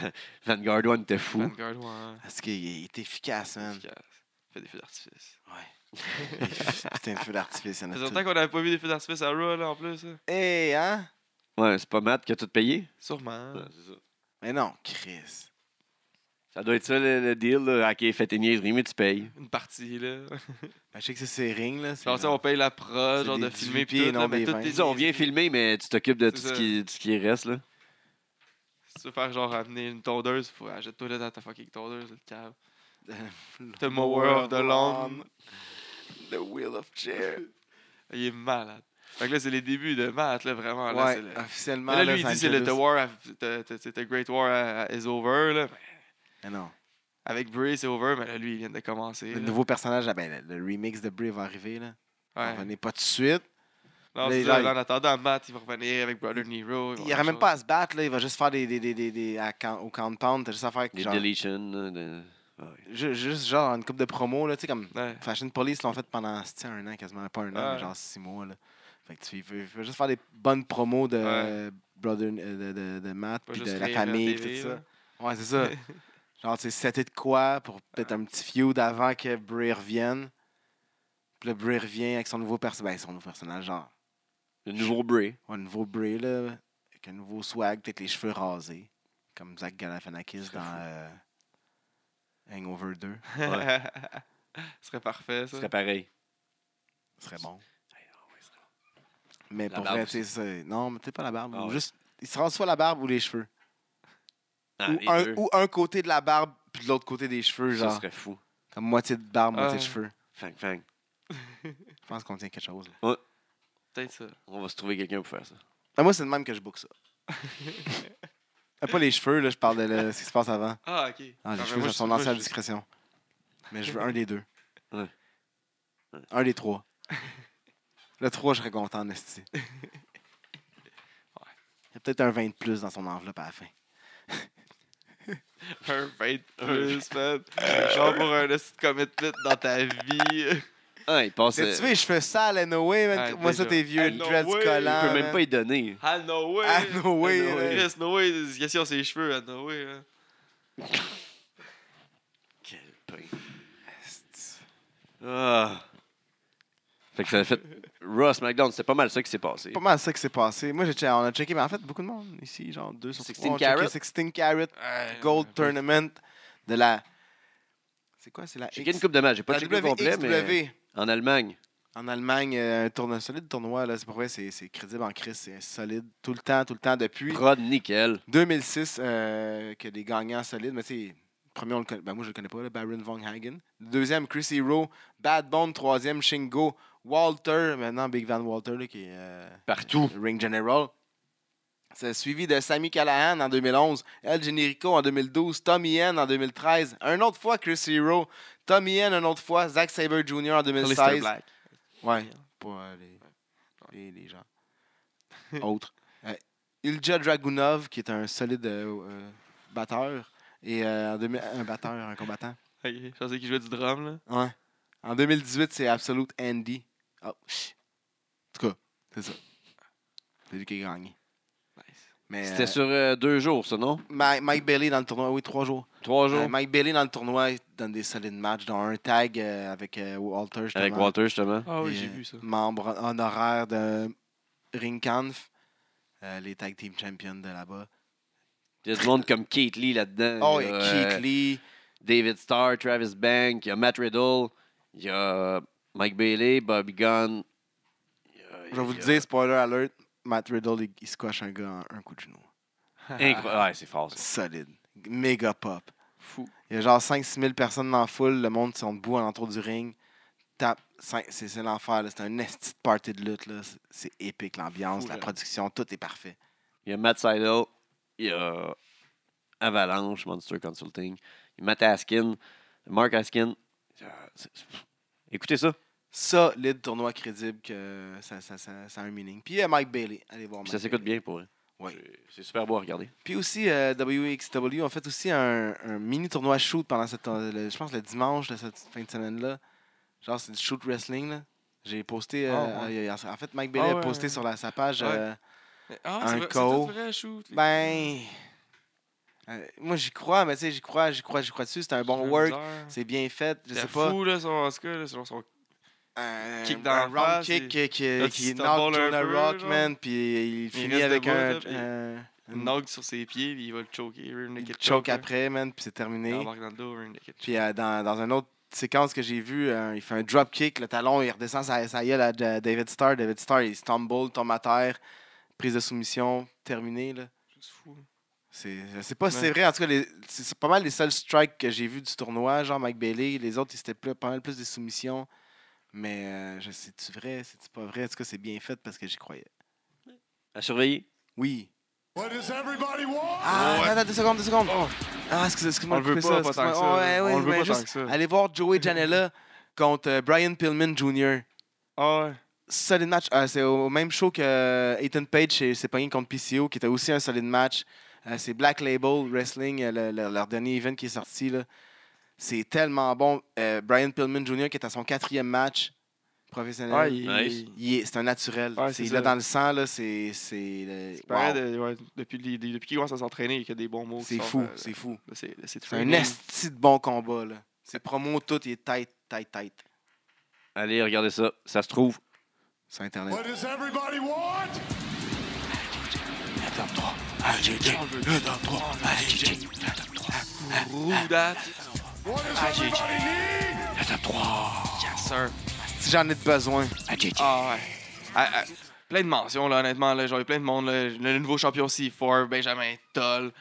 B: ouais.
A: Vanguard One était fou.
C: Vanguard, ouais.
B: Parce qu'il il est efficace, man.
C: Efficace. Fait des feux d'artifice.
B: Putain, le feu d'artifice, il y
C: Ça
B: en a
C: fait
B: tout.
C: longtemps qu'on n'avait pas vu des feux d'artifice à Raw, là, en plus. là.
B: Hey, hein?
A: Ouais, c'est pas Matt qui a tout payé.
C: Sûrement.
A: c'est ça.
B: Mais non, Chris.
A: Ça doit être ça le, le deal. Là. Ok, fais tes niaiseries, mais tu payes.
C: Une partie, là.
B: Ben, je sais que c'est ses rings, là. c'est
C: Genre, tu sais, on paye la prod,
B: C'est
C: genre,
B: des
C: de
B: 18
C: filmer, puis
B: pieds,
C: tout, là,
B: non
C: mais
B: des
C: toutes
B: 20.
C: tes
A: Ils ont bien filmé, mais tu t'occupes de tout
C: C'est
A: ce,
C: ça.
A: qui, tout ce qui reste. Là.
C: Si tu veux faire, genre, amener une tondeuse, faut achète-toi, là, dans ta fucking tondeuse, le cave. The mower of the lawn.
B: The wheel of chair.
C: Il est malade. Fait que là, c'est les débuts de Matt, là, vraiment. Là,
B: Ouais,
C: c'est le-
B: officiellement.
C: Mais là, lui, il dit c'est le
B: Angelus-
C: the war, of- the, the- the- the Great War uh, is over. Là.
B: Mais Eh non.
C: Avec Bray, c'est over, mais là, lui, il vient de commencer.
B: Le
C: là.
B: nouveau personnage, ah ben, le, le remix de Brie va arriver. Là.
C: Ouais.
B: On n'est pas tout de suite.
C: Non,
B: Les
C: c'est ça,
B: lives.
C: là, en attendant, Matt, il va revenir avec Brother Nero. va
B: Il n'y
C: faire
B: aura même
C: ça.
B: pas à se battre. Là. Il va juste faire des, des, des, des, des- à count- au compound. T'as juste à faire
A: Les
B: genre,
A: deletions. là, de- ouais.
B: ju- juste genre une coupe de promo. Là, tu sais, comme
C: Ouais.
B: Fashion Police l'ont fait pendant c'est-tu, un an, quasiment pas un an,
C: Ouais.
B: mais genre six mois. Là. Fait que tu il veut, il veut juste faire des bonnes promos de,
C: Ouais.
B: euh, brother, euh, de, de, de Matt
C: Pas
B: puis de
C: juste
B: la
C: rire à
B: famille.
C: TV,
B: puis tout ça.
C: là.
B: Ouais, c'est ça. Genre, tu sais, c'était de quoi pour peut-être un petit feud avant que Bray revienne. Puis le Bray revient avec son nouveau personnage. Ben, son nouveau personnage, genre,
A: Le nouveau Bray.
B: un nouveau Bray, là, avec un nouveau swag, peut-être les cheveux rasés, comme Zach Galifianakis dans euh, Hangover 2.
A: Ouais.
C: Ce serait parfait,
A: Ce
C: ça.
A: serait pareil.
B: Ce serait bon. Mais
A: La
B: pour
A: barbe
B: vrai, tu sais, c'est- non, mais peut-être pas la barbe.
A: Ah
B: ou
A: ouais.
B: juste, il se rase soit la barbe ou les cheveux.
A: Ah, les
B: ou, un,
A: deux.
B: ou un côté de la barbe, puis de l'autre côté des cheveux,
A: ça
B: genre.
A: serait fou.
B: Comme moitié de barbe, moitié de
C: Ah.
B: cheveux.
A: Fang, fang.
B: Je pense qu'on tient quelque chose. là.
C: Peut-être ça.
A: On va se trouver quelqu'un pour faire ça.
B: Ben, moi, c'est le même que je book ça. Ah, pas les cheveux, là, je parle de le- ce qui se passe avant.
C: Ah, ok.
B: Ah,
C: mais
B: les cheveux,
C: moi,
B: ça
C: je-
B: sont
C: moi,
B: lancés à
C: je-
B: discrétion. Mais je veux un des deux.
A: Ouais.
B: Un des trois. Le trois, je serais content, Nasty. Il y a peut-être un 20 de plus dans son enveloppe à la fin.
C: Un 20 plus, man. Genre pour un petit commitment dans ta vie.
A: Ah, il passe.
B: Tu
A: euh,
B: sais, je fais ça à la Noé, man.
C: Ah,
B: Moi, ça,
C: déjà.
B: tes vieux
C: Ah,
B: dreads
C: no
B: collants.
C: way.
A: il peut
B: man.
A: même pas y donner.
C: Ah, no way.
B: Ah, no way,
C: Ah,
B: ouais.
C: Chris, no way. des questions sur ses cheveux. Ah, no way. hein.
A: Quel pain. Ah. Fait que ça a fait. Ross McDonald, c'est pas mal ça qui s'est passé.
B: pas mal ça qui s'est passé. Moi, j'ai che- on a checké, mais en fait, beaucoup de monde ici, genre 2 sur
A: 16
B: trois, ont checké
A: carat.
B: 16 carat
C: Ouais,
B: Gold
C: ouais.
B: Tournament de la. C'est quoi C'est la.
A: J'ai
B: X-
A: gagné une coupe de match, j'ai pas
B: la
A: checké le complet, mais.
B: WXW.
A: En Allemagne.
B: En Allemagne, euh, un, tournoi, un solide tournoi, là, c'est pour vrai, c'est c'est crédible en crise, c'est solide tout le temps, tout le temps depuis
A: Prod nickel.
B: 2006 euh, que des gagnants solides, mais tu sais, premier, on le conna- ben, moi je le connais pas, là, Baron Von Hagen. Deuxième, Chris Hero. Bad Bone, troisième, Shingo. Walter, maintenant Big Van Walter, là, qui est. euh,
A: Partout.
B: le Ring General. C'est suivi de Sammy Callahan en 2011, El Generico en 2012, Tommy Yen en 2013, un autre fois Chris Hero, Tommy Yen une autre fois, Zack Saber Jr. en
C: Lister
B: 2016.
C: Black.
B: Ouais, pas euh, les, les- les gens. Autre. Euh, Ilja Dragunov, qui est un solide euh, euh, batteur, et euh, en 2000 un batteur, un combattant.
C: Ok, Je pensais qu'il jouait du drum, là.
B: Ouais. En 2018, c'est Absolute Andy. Oh. En tout cas, c'est ça. C'est lui qui a gagné.
C: Nice.
B: Mais,
A: C'était
B: euh,
A: sur euh, deux jours, ça, non?
B: Ma- Mike Bailey dans le tournoi, oui, trois jours.
A: Trois
B: Euh,
A: jours.
B: Mike Bailey dans le tournoi il donne des solides matchs, dont un tag euh, avec euh, Walter, justement.
A: Avec Walter, justement.
C: Ah oui,
B: Et,
C: j'ai
B: euh,
C: vu ça.
B: Membre honoraire de Ringkanf, les tag team champions de là-bas.
A: Il y a du monde comme Keith Lee là-dedans.
B: Oh, il y a
A: euh,
B: Keith Lee.
A: David Starr, Travis Bank, il y a Matt Riddle, il y a Mike Bailey, Bobby Gunn. il y a-
B: Je vais vous
A: il y
B: le
A: a-
B: dire, spoiler alert, Matt Riddle, il, il squash un gars en un coup de genou.
A: Incroyable. Ouais, c'est fort. ça.
B: Solide. Méga pop.
C: Fou.
B: Il y a genre 5-6 000 personnes dans la foule. Le monde sont debout à l'entour du ring. Tape. Cinq- C'est c'est l'enfer. là. C'est un esti de party de lutte. là. C'est- C'est épique. L'ambiance,
C: Fou,
B: la
C: là.
B: production, tout est parfait.
A: Il y a Matt Seidel, il y a Avalanche, Monster Consulting, il y a Matt Askin, Mark Askin. Euh, c'est- c'est- Écoutez ça.
B: Solide tournoi crédible que ça, ça, ça, ça a un meaning. Puis il y a Mike Bailey. Allez voir.
A: Puis
B: Mike
A: ça s'écoute
B: Bailey.
A: bien pour eux.
B: Oui.
A: C'est super beau à regarder.
B: Puis aussi, euh, WXW ont fait aussi un, un mini tournoi shoot pendant cette, le- je pense le dimanche de cette fin de semaine-là. Genre, c'est du shoot wrestling. là. J'ai posté. euh,
C: Ah, ouais.
B: euh, en fait, Mike Bailey
C: Ah, ouais.
B: a posté sur la- sa page.
C: Ouais.
B: euh,
C: Ah,
B: Un
C: c'est vrai, c'est
B: call.
C: tout vrai, shoot.
B: ben. euh, moi, j'y crois, mais tu sais, j'y crois, j'y crois, j'y crois dessus. C'est un bon
C: C'est
B: work.
C: bizarre.
B: C'est bien fait. Je sais
C: C'est
B: pas.
C: fou, là, son, en ce cas, là, selon son...
B: Euh, Un,
C: Kick dans
B: un
C: la face,
B: round kick
C: il-
B: qui, qui,
C: là, tu
B: qui knock
C: stumbles un
B: Jonah
C: peu,
B: Rock,
C: genre.
B: man. Puis il finit
C: reste
B: avec
C: debout, là,
B: un.
C: puis-
B: un-
C: Il knock sur ses pieds, puis il va le choker. rear
B: Mm. il
C: naked
B: choke
C: là.
B: après, man. Puis c'est
C: Il
B: terminé.
C: embarque dans le dos, rear naked choke.
B: Puis euh, dans, dans une autre séquence que j'ai vue, euh, il fait un drop kick, le talon, il redescend sa, sa gueule à Ja- David Starr. David Starr, il stumble, tombe à terre, prise de soumission, terminé. Là.
C: C'est fou.
B: C'est, je sais pas si
C: Ouais.
B: c'est vrai. En tout cas, les- c'est, c'est pas mal les seuls strikes que j'ai vus du tournoi. Genre Mike Bailey, les autres, c'était plus, pas mal plus des soumissions. Mais euh, je sais-tu vrai, c'est-tu pas vrai? En tout cas, c'est bien fait parce que j'y croyais.
A: À surveiller.
B: Oui.
D: What does everybody want?
B: Ah,
C: Ouais.
B: attends, deux secondes, deux secondes.
C: Oh.
B: Ah, excuse- excuse-moi
C: On
B: de
C: le veut
B: couper
C: pas,
B: ça.
C: pas tant que
B: excuse-moi.
C: ça.
B: Ouais, ouais,
C: On le
B: mais
C: veut pas tant
B: juste
C: que ça.
B: Allez voir Joey Janela contre euh, Brian Pillman Jr.
C: Ah ouais.
B: solide match. Euh, c'est au au même show que euh, Ethan Page s'est s'est pogné contre PCO, qui était aussi un solide match. Euh, c'est Black Label Wrestling, euh, le- le- leur dernier event qui est sorti. là. C'est tellement bon. Euh, Brian Pillman Jr., qui est à son quatrième match professionnel.
C: Ouais, il...
A: Nice.
C: il
B: Il est- c'est un naturel.
C: Ouais,
B: c'est
C: c'est
B: là
C: ça.
B: dans le sang. là, C'est c'est le-
C: paraît
B: wow.
C: de- ouais, depuis les- depuis qu'il commence à s'entraîner, il y a des bons mots. qui
B: C'est
C: sortent,
B: fou,
C: euh,
B: c'est fou.
C: de ses- de ses
B: C'est un
C: trainings.
B: esti de bon combat. Là. Ses promos, tout, il est tight, tight, tight.
A: Allez, regardez ça. Ça se trouve.
B: Sur Internet.
D: What does everybody want?
C: Roux dat,
D: What does
C: Ah, j'ai-
D: everybody need?
C: yes, sir.
B: Si j'en ai de besoin.
C: Ah ouais. Ah, ah, plein de mentions, là, honnêtement. Là, genre, il y a plein de monde. là. le nouveau champion C4, Benjamin Toll.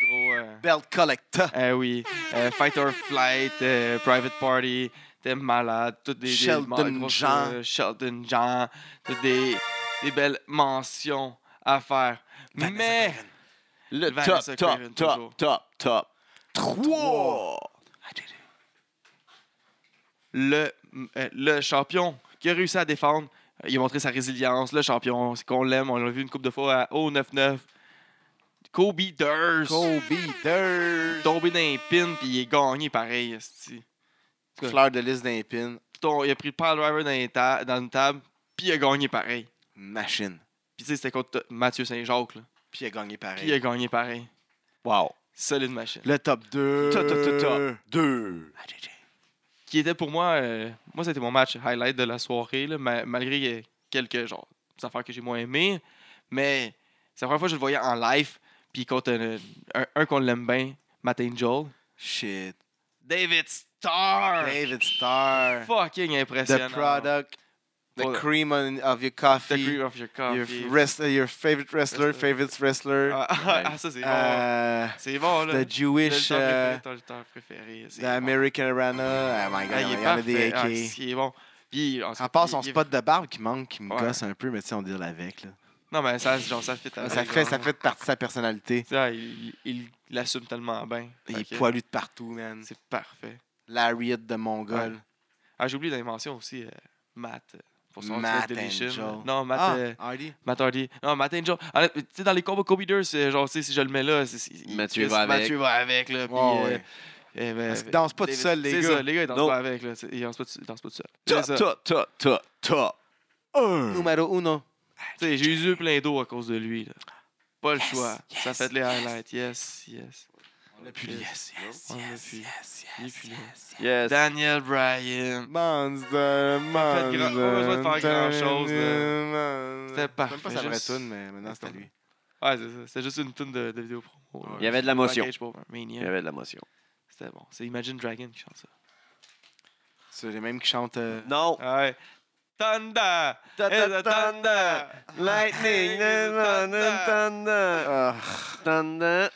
C: Gros. euh,
B: Belt Collector.
C: Eh oui. Euh, Fight or Flight, euh, Private Party, T'es malade, toutes des. des
B: Sheldon
C: ma- grosses,
B: Jean.
C: euh, Sheldon Jean. Toutes des, des belles mentions à faire.
B: Vanessa
C: Mais.
B: Craven.
A: Le top,
C: Vanessa
A: top,
C: Craven,
A: top,
C: toujours.
A: top, top.
B: Trois.
A: 3!
C: le, euh, le champion qui a réussi à défendre. Euh, Il a montré sa résilience. Le champion, c'est qu'on l'aime. On l'a vu une couple de fois à O99. Kobe Durst.
B: Kobe Durst.
C: Tombé dans les pins, puis il est gagné pareil. esti. Quoi?
B: Fleur de liste d'un pin.
C: Ton- Il a pris le power driver dans, les ta- dans une table, puis il a gagné pareil.
B: Machine.
C: Puis tu sais, c'était contre Mathieu Saint-Jacques. là.
B: Puis il a gagné pareil.
C: Puis il a gagné pareil.
A: Wow.
C: Solide machine.
B: Le top 2.
A: Top, top, top, top. 2.
C: Qui était pour moi, euh, moi c'était mon match highlight de la soirée, là, ma- malgré euh, quelques genre, des affaires que j'ai moins aimées. Mais c'est la première fois que je le voyais en live, puis contre un, un- un qu'on l'aime bien, Matt Angel.
B: Shit.
C: David Starr!
B: David Starr.
C: Fucking
B: The
C: impressionnant.
B: product. The
C: Voilà.
B: cream on- of your
C: The cream
B: coffee.
C: of your coffee.
B: Your, wrestler, your favorite wrestler,
C: Wrestler.
B: favorite wrestler.
C: Ah, ah, ah, ça c'est bon.
B: Euh,
C: C'est bon, là.
B: the Jewish. euh,
C: T'as le temps préféré. c'est
B: the
C: bon.
B: American Arena. Oh my god,
C: Ah,
B: il
C: il
B: y
C: est
B: en a des
C: parfait. Ah,
B: AK.
C: il est bon. Puis, en
B: À part son
C: il- il-
B: spot de barbe qui manque, qui me
C: Ouais.
B: gosse un peu, mais tu sais, on deal avec. Là.
C: Non, mais ça, genre, ça fit
B: Ça,
C: avec,
B: fait,
C: genre.
B: ça fait partie de sa personnalité.
C: Tu sais, il- il il l'assume tellement bien.
B: Il
C: Fait
B: est
C: que
B: poilu de partout, man.
C: C'est parfait.
B: Lariat de Mongol.
C: Ah, j'ai oublié d'invention aussi, euh, Matt. euh, Pour son
B: Matt
C: Red Deletion.
B: Angel.
C: Non, Matt,
B: ah,
C: euh,
B: Hardy.
C: Matt Hardy. Non, Matt Angel. Ah, tu sais, dans les combats Kobe Durst, c'est genre, tu sais, si je le mets là, c'est- c'est- il-
A: Mathieu
C: Chris,
A: va avec.
C: Mathieu va avec, là. puis,
B: Ouais,
C: euh,
B: ouais.
C: eh ben,
B: Parce qu'ils dansent pas tout
C: David-
B: seuls, les
C: c'est
B: gars.
C: ça, les gars, ils dansent
A: Non.
C: pas avec, là. tu sais, Ils dansent pas tout- ils dansent pas tout seuls.
A: Top,
C: C'est ça.
A: top, top, top, top. 1.
B: Numéro Mmh. uno.
C: Tu sais, J'ai eu plein d'eau à cause de lui, là. Pas le choix. ça fait les highlights. Yes, yes.
B: On l'a plus. Yes, yes,
C: On l'a
B: yes,
C: plus.
B: yes,
C: Il est
B: yes,
C: plus là.
B: yes.
A: Yes.
C: Daniel Bryan.
B: Monster, monster.
C: gra- pas besoin de faire grand-chose,
B: là.
C: C'était parfait,
B: pas sa vraie
C: juste-
B: tune, mais maintenant c'est à lui.
C: Ouais, c'est ça. C'était juste une tonne de, de vidéos promo. là.
A: Il y avait de la motion.
C: Package pour Mania.
A: Il y avait de l'émotion.
C: C'était bon. C'est Imagine Dragon qui chante ça.
B: C'est les mêmes qui chantent. euh,
A: Non.
C: Ah Ouais. Thunder!
A: Ta- ta-
C: It's a thunder!
A: Lightning,
C: Lightning,
A: thunder, thunder,
B: Ah,
A: thunder,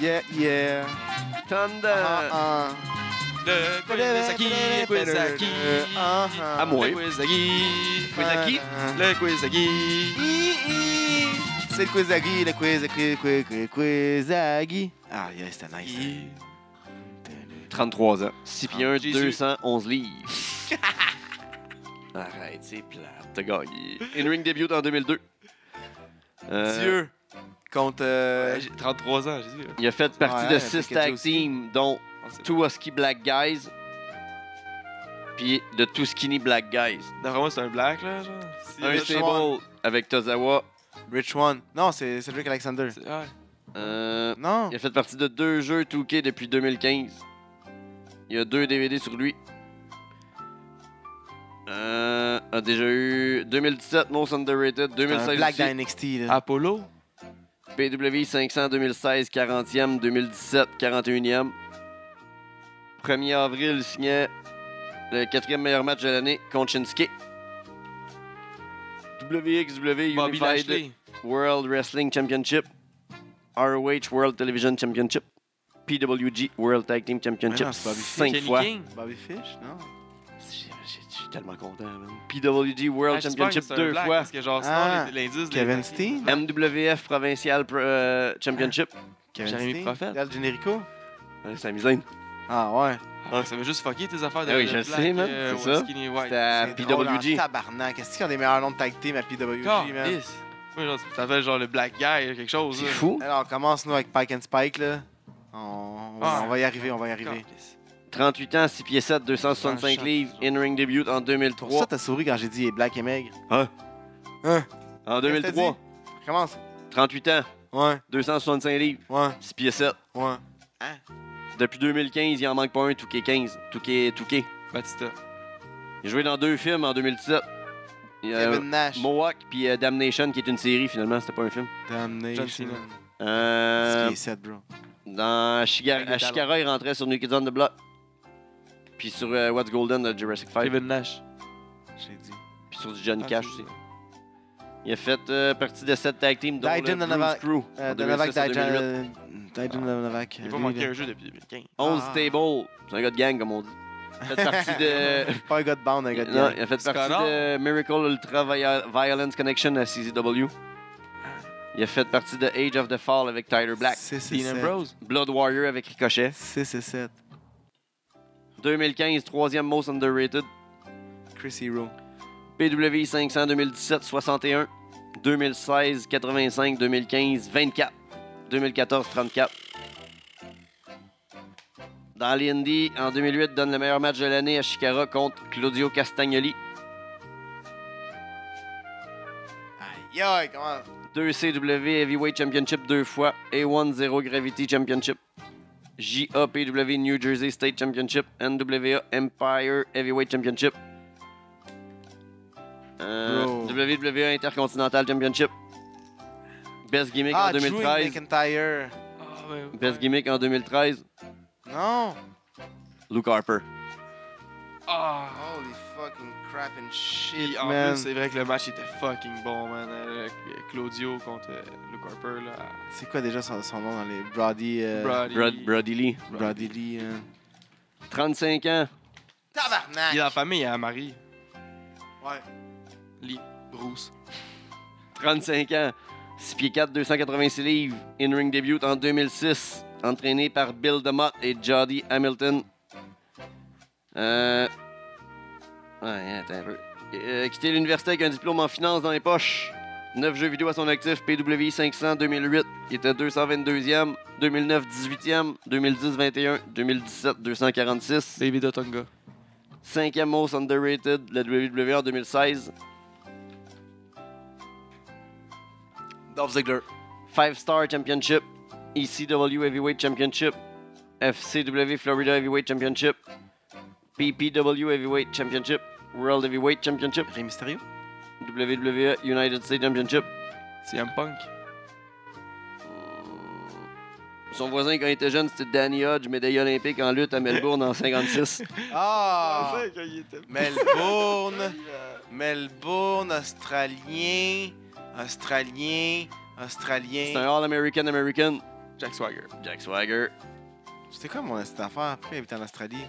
B: yeah, yeah. Ah,
A: thunder.
B: ah.
C: Le Kawasaki, Kawasaki.
B: Ah, ah.
A: Uh-huh. À moi.
C: Le Kawasaki.
A: Kawasaki?
C: Le Kawasaki.
B: Hi, hi. C'est le Quizagui, le quiz, le quiz, quiz, quiz, Quizagui. Ah, yeah, c'était nice.
A: 33 ans. 6 pieds 1,
C: Jésus.
A: 211 livres. Arrête, c'est plate. T'as gagné. In-ring début en 2002. Euh,
B: Dieu contre. euh,
C: Euh, J'ai 33 ans, j'ai dit.
A: Il a fait partie
B: Ouais,
A: de
B: fait
A: 6
B: que
A: tag
B: tu aussi.
A: teams, dont
C: On sait pas.
A: Two Husky Black Guys, puis de Two Skinny Black Guys.
C: D'après moi, c'est un black, là. genre. Si,
A: Un
C: là,
B: Rich
A: stable avec Tozawa.
B: Rich One. Non, c'est Cedric Alexander.
C: c'est- ouais.
A: Euh,
B: Non.
A: il a fait partie de deux jeux 2K depuis 2015. Il y a deux DVD sur lui. Euh, a déjà eu 2017 Most Underrated,
B: C'est un
A: 2016
B: Black
A: aussi, Ah.
B: dans NXT. Là.
C: Apollo?
A: PW 500 2016 40e, 2017 41e. 1er avril, il signait le quatrième meilleur match de l'année contre Shinsuke. WXW
C: Bobby
A: Unified
C: Lashley.
A: World Wrestling Championship, ROH World Television Championship, PWG World Tag Team Championship
B: Mais Ah non, c'est Bobby Fish.
A: 5
C: Kenny
A: fois.
C: King. Ah,
B: Bobby Fish, non?
A: J'ai- j'ai- Je suis tellement content. man. PWG
C: Ah,
A: World
C: j'espère que
A: Championship
C: c'est un
A: 2
C: black,
A: fois.
C: Parce que, genre,
B: Ah.
C: sinon, les- l'indice. les-
B: Kevin Steen?
A: MWF Provincial Pro- euh, Championship.
B: Kevin
C: Jérémy
B: Steen?
C: Prophet?
B: Regarde Generico?
A: Euh, C'est amusant.
B: Ah, ouais.
C: Ah, ça veut juste fucker tes affaires de
A: Ah oui,
C: de
A: je le
C: black,
A: sais, man,
C: euh,
A: c'est
C: ouais,
A: ça.
C: skinny white.
A: C'était à
B: C'est drôle en
A: PWG.
B: Tabarnak. Est-ce qu'ils ont des meilleurs noms de tag team à PWG,
C: Car,
B: man?
C: yes. Oui, genre, tu t'appelles genre le black guy, quelque chose.
A: C'est
C: là.
A: fou.
B: Alors, on commence, nous, avec Pike and Spike, là. On, on-
C: Ah.
B: on va y arriver, on va y
C: Car,
B: arriver.
C: yes.
A: 38 ans, 6 pieds 7, 265
C: Dans le
A: livres,
C: champ.
A: in-ring debut en
B: Pour ça,
A: 2003.
B: t'as souri quand j'ai dit Black et Maigre.
A: Hein?
B: Hein?
A: En
B: Qu'est-ce que
A: 2003,
B: t'as dit? Commence.
A: 38 ans,
B: Ouais,
A: 265 livres,
B: ouais,
A: 6 pieds 7.
B: ouais.
A: Depuis 2015, il en manque pas un, Touquet 15. Touquet, Touquet.
C: Batista.
A: Il a joué dans deux films en 2017. Il y a
B: Kevin Nash.
A: Mohawk puis euh, Damnation qui est une série finalement, c'était pas un film.
B: Damnation.
C: John Cena.
A: Euh,
B: C'est set, bro.
A: dans Chiga-
C: Avec des
A: à Shikara, il rentrait sur Naked on the Block. Puis sur euh, What's Golden de Jurassic 5.
C: Kevin Nash.
B: J'ai dit.
A: Puis sur du Johnny
C: Ah,
A: Cash
C: c'est-
A: aussi. Il a fait euh, partie de cette tag team dont
B: Dijin
A: le Bruce
B: Donovan-
A: Crew. en
B: Euh,
A: 2006
B: Donovac,
A: à 2008.
B: Dijon
A: Ah.
B: Donovac.
C: Il a pas manqué un jeu depuis 2015.
A: 11
B: Ah.
A: Table. C'est un gars de gang comme on dit. Il a fait partie de...
B: Pas un gars de bande, un gars de
A: Non,
B: gang.
A: il a fait partie
C: Scott
A: de Miracle Ultra Vi- Violence Connection à CZW. Il a fait partie de Age of the Fall avec Tyler Black.
B: 6 et
C: Dean
B: 7.
C: Ambrose.
A: Blood Warrior avec Ricochet.
B: 6 et 7.
A: 2015, troisième most underrated.
B: Chris Hero.
A: PW 500 2017, 61. 2016, 85. 2015, 24. 2014, 34. Dans l'Indy, en 2008, donne le meilleur match de l'année à Chicara contre Claudio Castagnoli.
B: Aïe, aïe, comment.
A: 2CW Heavyweight Championship deux fois, A1-0 Gravity Championship, JAPW New Jersey State Championship, NWA Empire Heavyweight Championship, Euh,
B: Bro.
A: WWE Intercontinental Championship, Best Gimmick
B: Ah,
A: en
B: Drew
A: 2013,
B: McIntyre.
C: Ah, ouais, ouais.
A: Best Gimmick en 2013,
B: Non.
A: Luke Harper.
C: Ah.
B: Holy fucking crap and shit,
C: Puis en
B: man.
C: plus, c'est vrai que le match était fucking bon, man. Euh, Claudio contre euh, Luke Harper, là.
B: C'est quoi déjà son, son nom dans les Brody. euh,
C: Brody.
A: Brod- Brody Lee,
B: Brody Lee. hein.
A: 35 ans,
B: Tabarnak!
C: Il est en famille à Marie.
B: Ouais.
C: Lee. Bruce.
A: 35 ans, 6 pieds 4, 286 livres, in-ring debut en 2006, entraîné par Bill DeMott et Jody Hamilton. Euh... Ouais, hein, attends un peu. Euh, quitté l'université avec un diplôme en finance dans les poches. 9 jeux vidéo à son actif, PWI 500 2008, il était 222e, 2009 18e, 2010 21, 2017 246.
C: Baby Dotonga.
A: Cinquième most underrated de la WWE E en 2016.
B: Dolph Ziggler.
A: 5 Star Championship, ECW Heavyweight Championship, FCW Florida Heavyweight Championship, PPW Heavyweight Championship, World Heavyweight Championship, E
B: Rey Mysterio.
A: WWE United States Championship.
C: CM Punk.
A: Son voisin, quand il était jeune, c'était Danny Hodge, médaille olympique en lutte à Melbourne en 56.
B: Ah!
C: Ah, quand il était- euh,
B: Melbourne, Melbourne, Australien, Australien,
A: C'est un
B: Australien.
A: All-American American.
C: Jack Swagger.
A: Jack Swagger.
B: C'était quoi mon cette affaire après habiter en Australie?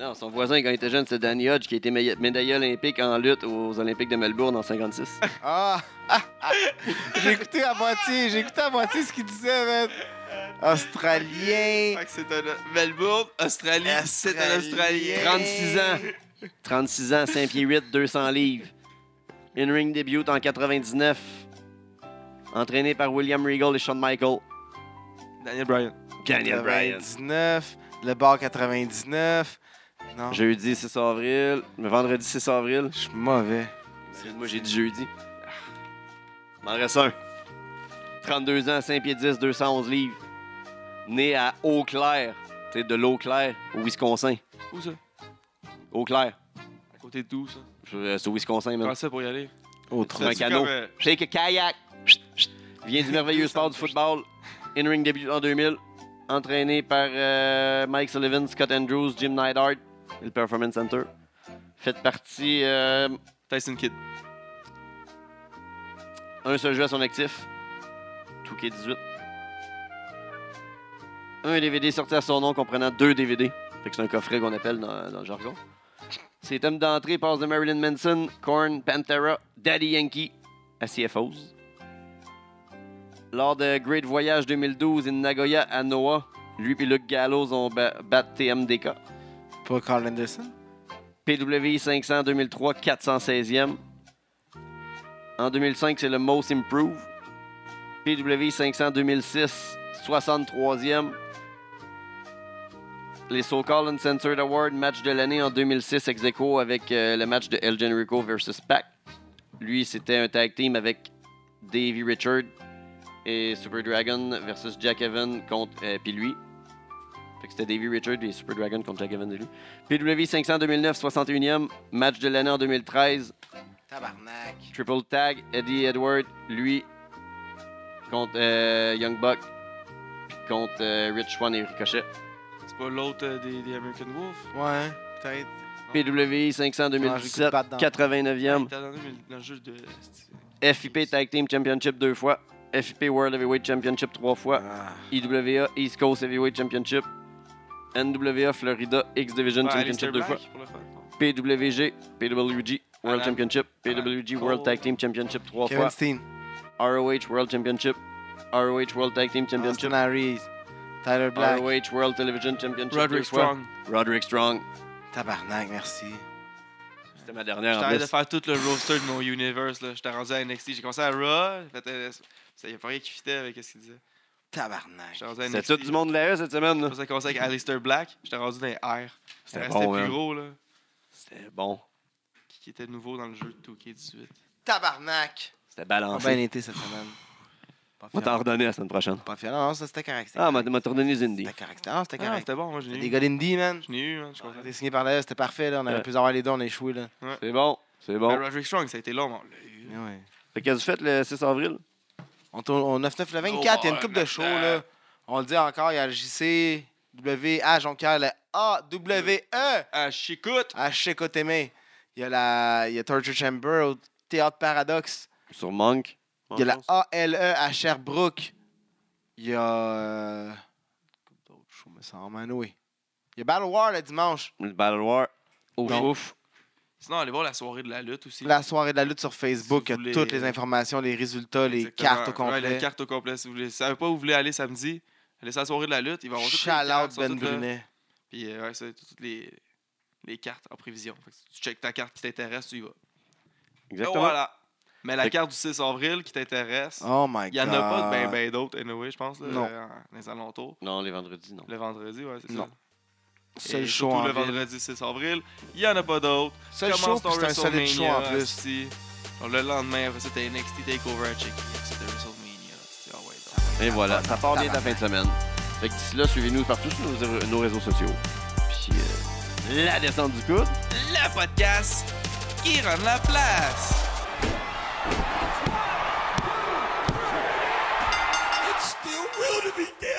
A: Non, son voisin, quand il était jeune, c'était Danny Hodge, qui a été mé- médaillé olympique en lutte aux Olympiques de Melbourne en 56.
B: Ah! ah, ah. j'ai écouté à moitié, j'ai écouté à moitié ce qu'il disait, man. Australien.
C: Fait que c'est un Melbourne, Australie, c'est un Australien.
A: 36 ans. 36 ans, 5 pieds 8, 200 livres. In-ring débute en 99. Entraîné par William Regal et Shawn Michael.
C: Daniel Bryan.
A: Daniel Bryan.
B: 99, le bar 99. Non, je
A: Jeudi 6 avril. Le vendredi 6 avril.
B: suis mauvais.
A: Moi, j'ai dit jeudi. Il m'en reste un. 32 ans, 5 pieds 10, 211 livres. Né à Eau-Claire. Tu sais, de l'Eau-Claire, au Wisconsin.
C: Où ça?
A: Eau-Claire.
C: À côté de tout, ça.
A: Je- euh, C'est au Wisconsin, même.
C: Comment ça pour y aller?
A: Sur un
B: Autre.
C: C'est
A: canot.
C: Ah, comme, euh,
A: Shake a kayak. Chut, chut. Vient du merveilleux sport du football. In-ring début en 2000. Entraîné par euh, Mike Sullivan, Scott Andrews, Jim Neidhart et le Performance Center. Faites partie euh,
C: Tyson Kidd.
A: un seul jeu à son actif. 2K18. Un DVD sorti à son nom comprenant deux DVD. Fait que c'est un coffret qu'on appelle dans, dans le jargon. Ses thèmes d'entrée passent de Marilyn Manson, Korn, Pantera, Daddy Yankee à CFOs. Lors de Great Voyage 2012 in Nagoya à Noah, lui et Luke Gallows ont ba- battu TMDK.
B: Pas Carl Anderson?
A: PWI 500 2003, 416e. En 2005, c'est le Most Improved. PWI 500 2006, 63e. Les so-called Uncensored Awards, match de l'année en 2006 ex aequo avec euh, le match de El Generico versus Pac. Lui, c'était un tag team avec Davey Richard et Super Dragon versus Jack Evan contre euh, puis lui. Fait que c'était Davey Richard et Super Dragon contre Jack Evan et lui. PW 500 2009, 61e. Match de l'année en 2013.
B: Tabarnak.
A: Triple tag, Eddie Edward, lui, contre euh, Young Buck, puis contre euh, Rich Swan et Ricochet.
C: C'est pas l'autre euh, des, des American Wolf?
B: Ouais, peut-être.
A: PW 500
B: Ah, j'ai
A: 2017,
B: pas dedans.
A: 89e.
C: Il était dans le- dans le jeu de.
A: FIP Tag Team Championship deux fois. FIP World Heavyweight Championship trois fois.
B: Ah.
A: IWA East Coast Heavyweight Championship. NWA Florida X Division
C: Ouais, Aleister
A: Championship deux fois.
C: Black, pour le fun.
A: PWG, PWG World
C: Adam-
A: Championship. PWG World
C: Cole.
A: Tag Team Championship trois fois.
B: Kevin Steen.
A: ROH World Championship, ROH World Tag Team Championship,
B: Austin Aries. Tyler Black.
A: ROH World Television Championship.
C: Roderick
A: deux fois.
C: Strong.
A: Roderick Strong.
B: Tabarnak, merci.
A: C'était ma dernière en
C: J'étais de
A: plus.
C: faire tout le roster de mon universe. là. J'étais rendu à NXT. J'ai commencé à Raw. j'ai fait, euh, ça- Il n'y a pas rien qui fitait avec ce qu'il disait.
B: Tabarnak.
C: J'étais rendu à NXT.
A: C'était tout du monde de la E cette semaine. là.
C: Après, ça a commencé avec Aleister Black. J'étais rendu dans les R.
A: C'était
C: Restait
A: bon,
C: plus
A: hein.
C: gros, là.
A: C'était bon.
C: Qui qui était nouveau dans le jeu de 2K18.
B: Tabarnak.
A: C'était
B: On bien
A: balancé.
B: été cette semaine. Pas
A: On va
B: fier.
A: t'en redonner la semaine prochaine.
B: Pas fier. Non, non, ça c'était correct. c'était
A: Ah, m'a
B: correct.
A: m'a tourné les indies.
B: C'était correct. Non, c'était
C: Ah,
B: correct.
C: c'était bon, moi, je
B: C'était
C: l'ai
B: des
C: eu.
B: gars Ah, d'indie, man.
C: Je l'ai eu, man. Je comprends.
B: C'était signé par là, c'était parfait. Là. On avait
A: Ouais.
B: pu plus avoir les deux, on a échoué. Là.
A: C'est bon. C'est bon.
C: Mais Ben, Roderick Strong, ça a été long, mais on l'a eu.
B: Mais ouais.
A: Fait qu'est-ce que tu fais le 6 avril?
B: On tourne au 9-9 le 24,
C: Oh,
B: il y a une coupe de show. Là. On le dit encore, il y a le JC, W, A, Jonquière, le A, W, E.
C: Ah, Chicoute!
B: à Chicotémé. Il y a la il y a Torture Chamber au Théâtre Paradox.
A: Sur Monk.
B: Il y a la ALE à Sherbrooke. Il y a euh, d'autres shows, mais ça en manoué. Il y a Battle War le dimanche.
A: Le Battle War. Au
C: Non.
A: chouf.
C: Sinon, allez voir la soirée de la lutte aussi.
B: La soirée de la lutte sur Facebook,
C: Si
B: il
C: vous
B: y
C: voulez-
B: a toutes les informations, les résultats, les
C: Exactement.
B: cartes au
C: Ouais, les
B: complet.
C: cartes au complet, si vous voulez. Si vous savez pas où vous voulez aller samedi, allez à la soirée de la lutte. Il va y avoir toutes les cartes,
B: Shout-out
C: sont
B: Ben
C: toutes là.
B: Brunet.
C: Puis, euh, ouais, c'est toutes les, les cartes en prévision. Fait que tu checkes ta carte qui t'intéresse, tu y vas. Et
A: Exactement.
C: voilà. Mais la
A: Fait que-
C: carte du 6 avril qui t'intéresse,
B: Oh my god.
C: il y en a pas de ben, ben d'autres, anyway, je pense, là,
B: Non.
C: euh, dans les alentours.
A: Non, les vendredis, non.
C: Le vendredi, ouais, c'est ça.
B: Non.
C: Et
B: Seul show
C: surtout
B: en
C: le
B: ville.
C: vendredi 6 avril, il n'y en a pas d'autres.
B: Seul
C: Commence
B: show,
C: ton
B: puis c'est un solide show en
C: WrestleMania,
B: plus.
C: asti. Alors, le lendemain, après ça, t'as NXT TakeOver à Chicken. C'était WrestleMania. asti. Ah ouais, donc.
A: Et voilà, ça part bien de la fin de semaine. Fait que d'ici là, suivez-nous partout sur nos, nos réseaux sociaux. Puis euh, la descente du coude.
C: le podcast qui rend la place.
D: It still will to be dead.